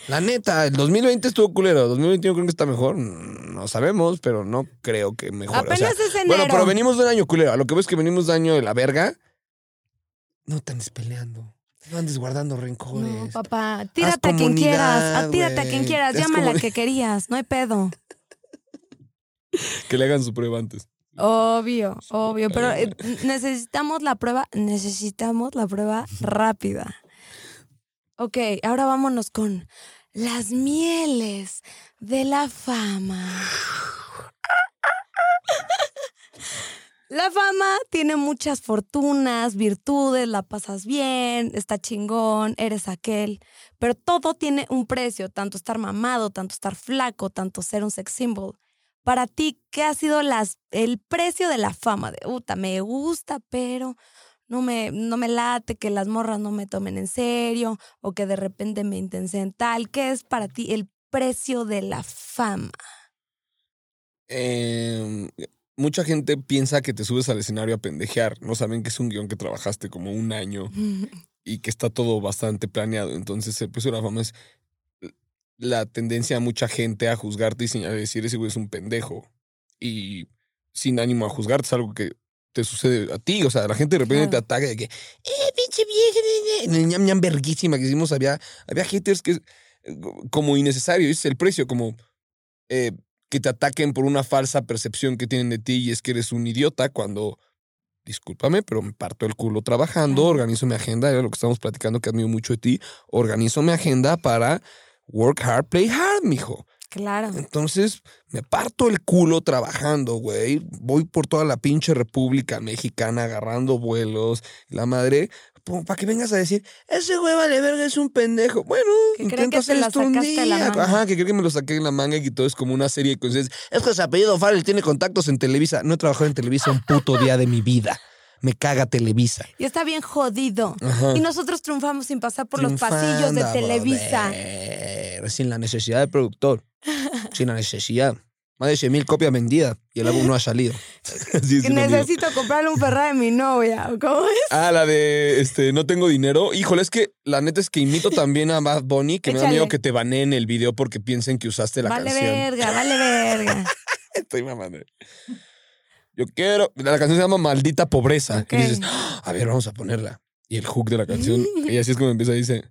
Speaker 2: La neta, el 2020 estuvo culero. 2021 creo que está mejor. Mm, No sabemos, pero no creo que mejor.
Speaker 1: Apenas es enero.
Speaker 2: bueno, pero venimos de un año culero. A lo que ves que venimos de año de la verga. No tan peleando. No andes guardando rencores.
Speaker 1: No, papá, tírate a quien
Speaker 2: comunidad,
Speaker 1: quieras, ah, tírate a
Speaker 2: güey.
Speaker 1: quien quieras,
Speaker 2: Haz
Speaker 1: llama a la
Speaker 2: comuni-
Speaker 1: que querías, no hay pedo.
Speaker 2: Que le hagan su prueba antes.
Speaker 1: Obvio, obvio, pero
Speaker 2: Ay,
Speaker 1: eh, necesitamos la prueba, necesitamos la prueba rápida. Ok, ahora vámonos con las mieles de la fama. La fama tiene muchas fortunas, virtudes, la pasas bien, está chingón, eres aquel, pero todo tiene un precio, tanto estar mamado, tanto estar flaco, tanto ser un sex symbol. Para ti, ¿qué ha sido las, el precio de la fama? De, puta, me gusta, pero no me, no me late que las morras no me tomen en serio o que de repente me intensen tal. ¿Qué es para ti el precio de la fama?
Speaker 2: Eh, mucha gente piensa que te subes al escenario a pendejear. No saben que es un guión que trabajaste como un año y que está todo bastante planeado. Entonces, eh, el precio de la fama es la tendencia a mucha gente a juzgarte y señalar, decir, ese güey es un pendejo. Y sin ánimo a juzgarte, es algo que te sucede a ti. O sea, la gente de repente
Speaker 1: Claro.
Speaker 2: te ataca de que, eh, pinche vieja, ña, ña". en el ñam ñam verguísima que hicimos, había, había haters que es eh, como innecesario, ese es el precio, como eh, que te ataquen por una falsa percepción que tienen de ti y es que eres un idiota cuando discúlpame, pero me parto el culo trabajando,
Speaker 1: Claro.
Speaker 2: organizo mi agenda, era lo que estamos platicando que admiro mucho de ti, organizo mi agenda para work hard, play hard, mijo.
Speaker 1: Claro.
Speaker 2: Entonces me parto el culo trabajando, güey, voy por toda la pinche República Mexicana agarrando vuelos, la madre, para que vengas a decir, ese güey vale verga, es un pendejo. Bueno,
Speaker 1: Que cree que
Speaker 2: intento hacer
Speaker 1: te la
Speaker 2: esto un
Speaker 1: sacaste de la
Speaker 2: día.
Speaker 1: manga.
Speaker 2: Ajá, que creo que me lo saqué de la manga y que todo es como una serie de coincidencias. Es que su apellido Farrell tiene contactos en Televisa. No he trabajado en Televisa un puto día de mi vida. Me caga Televisa.
Speaker 1: [laughs] Y está bien jodido.
Speaker 2: Ajá.
Speaker 1: Y nosotros triunfamos sin pasar por los pasillos de
Speaker 2: Ah. Triunfando,
Speaker 1: Televisa.
Speaker 2: brother, sin la necesidad
Speaker 1: [laughs]
Speaker 2: de productor. sin la necesidad. Más de 100 mil copias vendidas y el álbum no
Speaker 1: [laughs]
Speaker 2: ha salido. Así es
Speaker 1: Que
Speaker 2: un amigo.
Speaker 1: necesito comprarle un Ferrari a mi novia. ¿o ¿Cómo es?
Speaker 2: Ah, la de este, no tengo dinero. Híjole, es que la neta es que imito también a Bad Bunny, que me da
Speaker 1: Échale.
Speaker 2: miedo que te baneen el video porque piensen que usaste la
Speaker 1: Vale
Speaker 2: canción.
Speaker 1: verga, vale
Speaker 2: [laughs]
Speaker 1: verga.
Speaker 2: Estoy mamando. Yo quiero. La canción se llama Maldita Pobreza.
Speaker 1: Ok.
Speaker 2: Y dices, "Ah, a ver, vamos a ponerla. Y el hook de la canción. y así es como empieza, dice.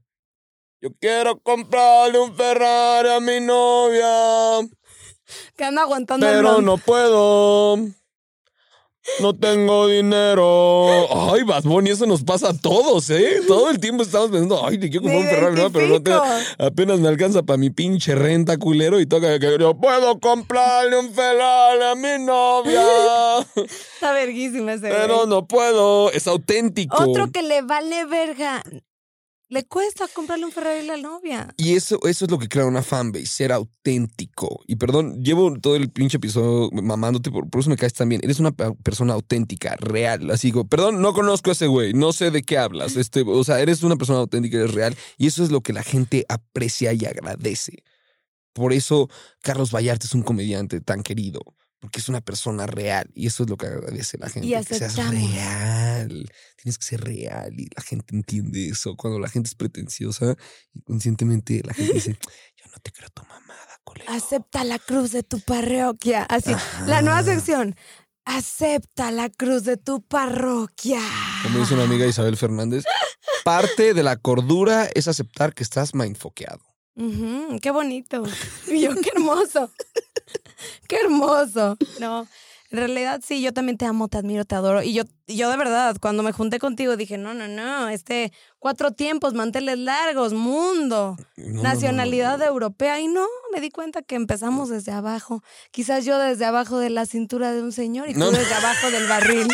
Speaker 2: Yo quiero comprarle un Ferrari a mi novia,
Speaker 1: Que anda aguantando el
Speaker 2: pero
Speaker 1: bronco.
Speaker 2: no puedo. No tengo dinero. Ay, Bad Bunny, eso nos pasa a todos, ¿eh? Todo el tiempo estamos pensando, ay, te quiero comprar
Speaker 1: Me
Speaker 2: un Ferrari, ¿no? Pero no tengo,
Speaker 1: identifico.
Speaker 2: apenas me alcanza para mi pinche renta, culero, y toca que yo puedo comprarle un Ferrari a mi novia,
Speaker 1: Está verguísima ese.
Speaker 2: pero
Speaker 1: güey.
Speaker 2: no puedo. Es auténtico.
Speaker 1: Otro que le vale verga. Le cuesta comprarle un Ferrari a la novia.
Speaker 2: Y eso, eso es lo que crea una fanbase, ser auténtico. Y perdón, llevo todo el pinche episodio mamándote, por, por eso me caes tan bien. Eres una pe- persona auténtica, real. Así digo, perdón, no conozco a ese güey, no sé de qué
Speaker 1: [laughs]
Speaker 2: hablas. Este, o sea, eres una persona auténtica, eres real. Y eso es lo que la gente aprecia y agradece. Por eso Carlos Vallarta es un comediante tan querido, porque es una persona real. Y eso es lo que agradece la gente.
Speaker 1: Y
Speaker 2: Que seas
Speaker 1: aceptamos.
Speaker 2: real. Tienes que ser real y la gente entiende eso. Cuando la gente es pretenciosa, inconscientemente la gente
Speaker 1: [laughs]
Speaker 2: dice, yo no te creo tu mamada, colega.
Speaker 1: Acepta la cruz de tu parroquia. Así, la nueva sección. Acepta la cruz de tu parroquia.
Speaker 2: Como dice una amiga Isabel Fernández, parte de la cordura es aceptar que estás mindfoqueado.
Speaker 1: Ujú, qué bonito. Y yo, qué hermoso. qué hermoso. No, en realidad sí, yo también te amo, te admiro, te adoro. Y yo, y yo de verdad, cuando me junté contigo dije, no, no, no, este cuatro tiempos, manteles largos, mundo,
Speaker 2: No, no, no,
Speaker 1: nacionalidad
Speaker 2: no.
Speaker 1: europea. Y no, me di cuenta que empezamos desde abajo. Quizás yo desde abajo de la cintura de un señor y
Speaker 2: No,
Speaker 1: tú
Speaker 2: no.
Speaker 1: desde abajo del
Speaker 2: [laughs]
Speaker 1: barril.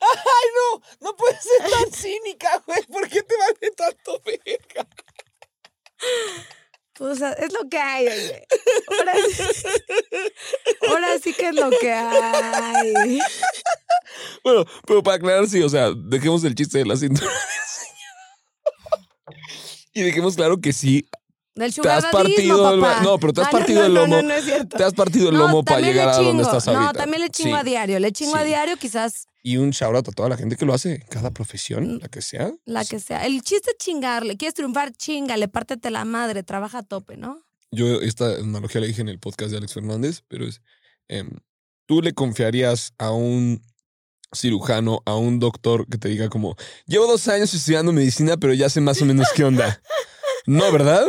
Speaker 2: Ay, no, no puedes ser tan [laughs] cínica, güey. ¿Por qué te vale tanto verga?
Speaker 1: Pues a- es lo que hay, oye. Ahora sí, ahora sí que es lo que hay.
Speaker 2: Bueno, pero para aclarar, sí, o sea, dejemos el chiste de la cintura. [laughs] Y dejemos claro que sí,
Speaker 1: Del
Speaker 2: te has
Speaker 1: sugarradismo,
Speaker 2: partido el-
Speaker 1: papá.
Speaker 2: no, pero te has
Speaker 1: Ah,
Speaker 2: partido el lomo.
Speaker 1: No, no, no es cierto.
Speaker 2: te has partido el
Speaker 1: No,
Speaker 2: lomo para
Speaker 1: también le
Speaker 2: llegar a donde
Speaker 1: chingo.
Speaker 2: estás ahorita.
Speaker 1: No, también le chingo
Speaker 2: Sí.
Speaker 1: a diario. Le chingo a
Speaker 2: Sí.
Speaker 1: diario, quizás
Speaker 2: Y un shout out a toda la gente que lo hace, cada profesión, la que sea.
Speaker 1: Mm. la que sea. El chiste es chingarle. Quieres triunfar, chingale, pártete la madre, trabaja a tope, ¿no?
Speaker 2: Yo esta analogía la dije en el podcast de Alex Fernández, pero es, em, ¿tú le confiarías a un cirujano, a un doctor que te diga como, llevo dos años estudiando medicina, pero ya sé más o menos qué onda? No, ¿verdad?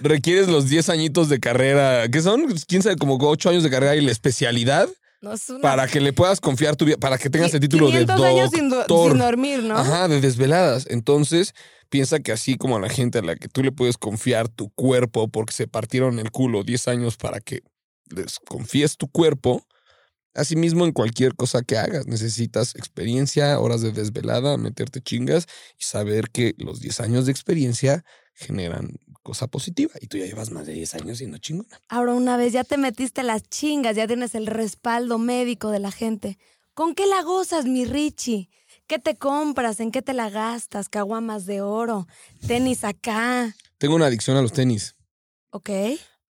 Speaker 2: Requieres los 10 añitos de carrera, ¿qué son? 15, como 8 años de carrera y la especialidad
Speaker 1: No es una-
Speaker 2: para que le puedas confiar tu vida, para que tengas el título de
Speaker 1: 500
Speaker 2: doctor.
Speaker 1: años sin, do- sin dormir, ¿no?
Speaker 2: Ajá, de desveladas. Entonces, piensa que así como a la gente a la que tú le puedes confiar tu cuerpo porque se partieron el culo 10 años para que les confíes tu cuerpo, asimismo en cualquier cosa que hagas necesitas experiencia, horas de desvelada, meterte chingas y saber que los 10 años de experiencia generan cosa positiva y tú ya llevas más de 10 años siendo chingona.
Speaker 1: Ahora una vez ya te metiste las chingas, ya tienes el respaldo médico de la gente. ¿Con qué la gozas, mi Richie? ¿Qué te compras? ¿En qué te la gastas? ¿Caguamas de oro? ¿Tenis acá?
Speaker 2: Tengo una adicción a los tenis.
Speaker 1: ¿Ok?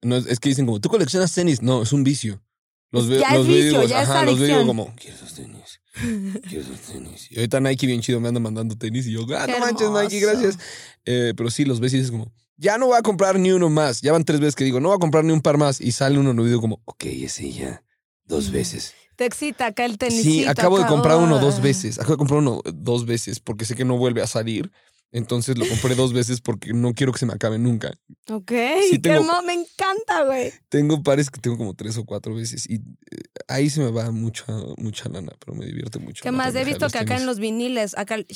Speaker 2: No, es es que dicen como, tú coleccionas tenis. No, es un vicio. Los veo,
Speaker 1: Ya es
Speaker 2: los veo y digo,
Speaker 1: vicio, ya es
Speaker 2: ajá, los veo y digo
Speaker 1: adicción.
Speaker 2: como, quiero esos tenis. Quiero esos tenis. Y ahorita Nike bien chido me anda mandando tenis y yo, ah,
Speaker 1: Qué
Speaker 2: no manches, Nike,
Speaker 1: hermoso.
Speaker 2: gracias. Eh, pero sí, los ves y dices como, ya no voy a comprar ni uno más. Ya van tres veces que digo, no voy a comprar ni un par más. Y sale uno nuevo y digo como, ok, ese ya. Dos
Speaker 1: Mm.
Speaker 2: veces.
Speaker 1: Te excita acá el ah. tenis.
Speaker 2: Sí, acabo de comprar uno dos veces. Acabo de comprar uno dos veces porque sé que no vuelve a salir. Entonces lo compré dos veces porque no quiero que se me acabe nunca.
Speaker 1: Ok,
Speaker 2: Sí,
Speaker 1: qué
Speaker 2: tengo-
Speaker 1: hermoso, me encanta, güey.
Speaker 2: Tengo pares que tengo como tres o cuatro veces y eh, ahí se me va mucha, mucha lana, pero me divierte mucho.
Speaker 1: ¿Qué
Speaker 2: la
Speaker 1: más? He
Speaker 2: pendeja de
Speaker 1: visto que acá en
Speaker 2: tenis.
Speaker 1: los viniles, acá... el-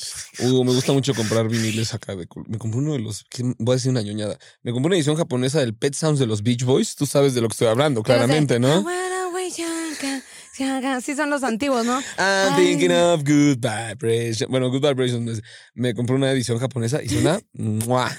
Speaker 2: Uh, me
Speaker 1: [laughs]
Speaker 2: gusta mucho comprar viniles acá de col- Me compré uno de los. ¿qué? Voy a decir una ñoñada. Me compré una edición japonesa del Pet Sounds de los Beach Boys. Tú sabes de lo que estoy hablando, claramente,
Speaker 1: Pero, o sea,
Speaker 2: ¿no?
Speaker 1: "Ahora, güey, ya acá, ya acá". Sí son los antiguos, ¿no?
Speaker 2: I'm
Speaker 1: Ay.
Speaker 2: thinking of good vibrations. Bueno, good vibrations. es- Me compré una edición japonesa
Speaker 1: [laughs]
Speaker 2: y suena ¡mua!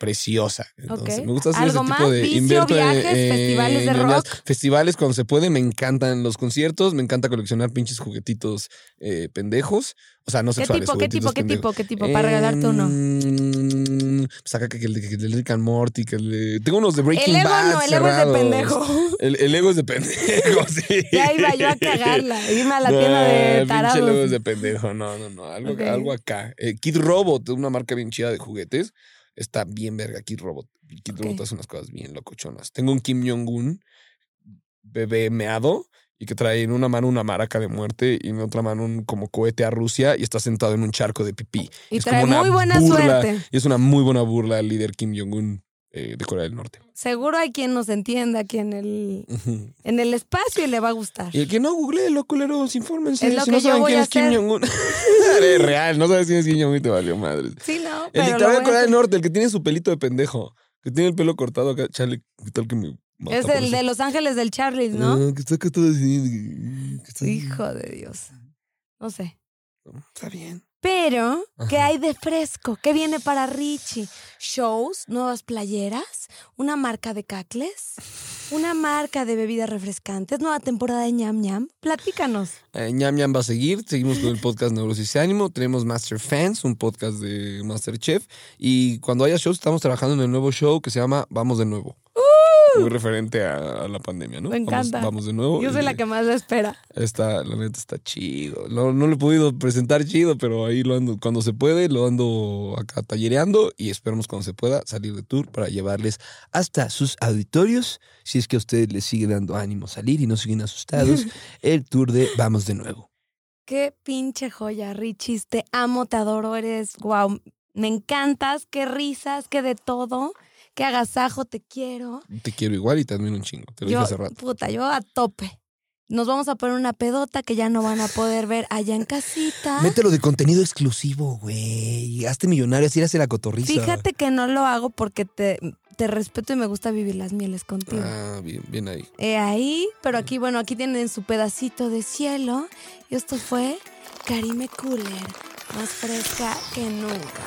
Speaker 2: preciosa. Entonces,
Speaker 1: Ok.
Speaker 2: me gusta hacer
Speaker 1: ¿Algo
Speaker 2: ese tipo
Speaker 1: más?
Speaker 2: de
Speaker 1: Vicio,
Speaker 2: invierto en-
Speaker 1: viajes,
Speaker 2: en
Speaker 1: festivales de
Speaker 2: ñoñas.
Speaker 1: rock.
Speaker 2: Festivales cuando se puede, me encantan los conciertos, me encanta coleccionar pinches juguetitos eh, pendejos. O sea, no
Speaker 1: ¿Qué
Speaker 2: sexuales.
Speaker 1: tipo, qué tipo,
Speaker 2: juguetitos
Speaker 1: qué
Speaker 2: pendejos.
Speaker 1: tipo,
Speaker 2: Em,
Speaker 1: qué tipo? Para regalarte uno.
Speaker 2: Mm, Pues acá que, que, que- que el de Rick and Morty, que el de- Tengo unos de Breaking
Speaker 1: El ego
Speaker 2: Bad
Speaker 1: no, el ego es de
Speaker 2: cerrados. [laughs]
Speaker 1: pendejo.
Speaker 2: El, el ego es de pendejo, [laughs] sí.
Speaker 1: Ya iba yo a cagarla, irme a la tienda
Speaker 2: Ah,
Speaker 1: de
Speaker 2: pinche luego es
Speaker 1: tarados.
Speaker 2: de pendejo. No, no, no. Algo,
Speaker 1: Ok.
Speaker 2: algo acá. Eh, Kid Robot, una marca bien chida de juguetes. Está bien verga Kid Robot. Kid
Speaker 1: Ok.
Speaker 2: Robot hace unas cosas bien locochonas. Tengo un Kim Jong-un, bebé meado, y que trae en una mano una maraca de muerte y en otra mano un como cohete a Rusia y está sentado en un charco de pipí.
Speaker 1: Y
Speaker 2: Es
Speaker 1: trae
Speaker 2: como una
Speaker 1: muy buena
Speaker 2: burla.
Speaker 1: suerte.
Speaker 2: Y es una muy buena burla al líder Kim Jong-un. eh, de Corea del Norte.
Speaker 1: Seguro hay quien nos entienda aquí en el, en el espacio y le va a gustar.
Speaker 2: Y el que no, google los culeros, infórmense.
Speaker 1: Es lo
Speaker 2: si no
Speaker 1: que yo
Speaker 2: saben
Speaker 1: voy
Speaker 2: quién
Speaker 1: a
Speaker 2: es Kim
Speaker 1: hacer.
Speaker 2: Jong-un. [laughs] Eres real, no sabes quién es Kim Jong-un y te valió madre.
Speaker 1: Sí, no,
Speaker 2: El
Speaker 1: pero lo
Speaker 2: dictador de
Speaker 1: voy a
Speaker 2: Corea del
Speaker 1: hacer.
Speaker 2: Norte, el que tiene su pelito de pendejo, que tiene el pelo cortado acá, chale, ¿qué tal que me mata
Speaker 1: Es
Speaker 2: por
Speaker 1: el
Speaker 2: eso?
Speaker 1: de Los Ángeles del Charlie, ¿no?
Speaker 2: Ah, que está acá todo así, que está-
Speaker 1: Hijo de Dios. No sé.
Speaker 2: Está bien.
Speaker 1: Pero, ¿qué
Speaker 2: Ajá.
Speaker 1: hay de fresco? ¿Qué viene para Richie? ¿Shows? ¿Nuevas playeras? ¿Una marca de cacles? ¿Una marca de bebidas refrescantes? ¿Nueva temporada de ñam ñam? Platícanos.
Speaker 2: Eh, ñam Ñam va a seguir. Seguimos con el podcast Neurosis y Ánimo. Tenemos Master Fans, un podcast de Masterchef. Y cuando haya shows, estamos trabajando en el nuevo show que se llama Vamos de Nuevo. Muy referente a, a la pandemia, ¿no?
Speaker 1: ¡Uh! Me
Speaker 2: Vamos-
Speaker 1: encanta.
Speaker 2: Vamos, de nuevo.
Speaker 1: Yo soy la
Speaker 2: Eh,
Speaker 1: que más la espera.
Speaker 2: Está, la neta está chido. No, no lo he podido presentar chido, pero ahí lo ando, cuando se puede, lo ando acá tallereando y esperamos cuando se pueda salir de tour para llevarles hasta sus auditorios. Si es que a ustedes les sigue dando ánimo salir y no
Speaker 1: [laughs]
Speaker 2: siguen asustados, el tour de Vamos de nuevo.
Speaker 1: Qué pinche joya, Richie. Te amo, te adoro, eres wow. Me encantas, qué risas, qué de todo, qué agasajo, te quiero.
Speaker 2: Te quiero igual y te admiro un chingo. Te lo
Speaker 1: yo,
Speaker 2: dije hace rato.
Speaker 1: puta, yo a tope. Nos vamos a poner una pedota que ya no van a poder ver allá en casita.
Speaker 2: Mételo de contenido exclusivo, güey. Hazte millonario, así hace la cotorriza.
Speaker 1: Fíjate que no lo hago porque te, te respeto y me gusta vivir las mieles contigo.
Speaker 2: Ah, bien, bien ahí.
Speaker 1: He ahí, pero aquí, bueno, aquí tienen su pedacito de cielo. Y esto fue Karime Cooler, más fresca que nunca.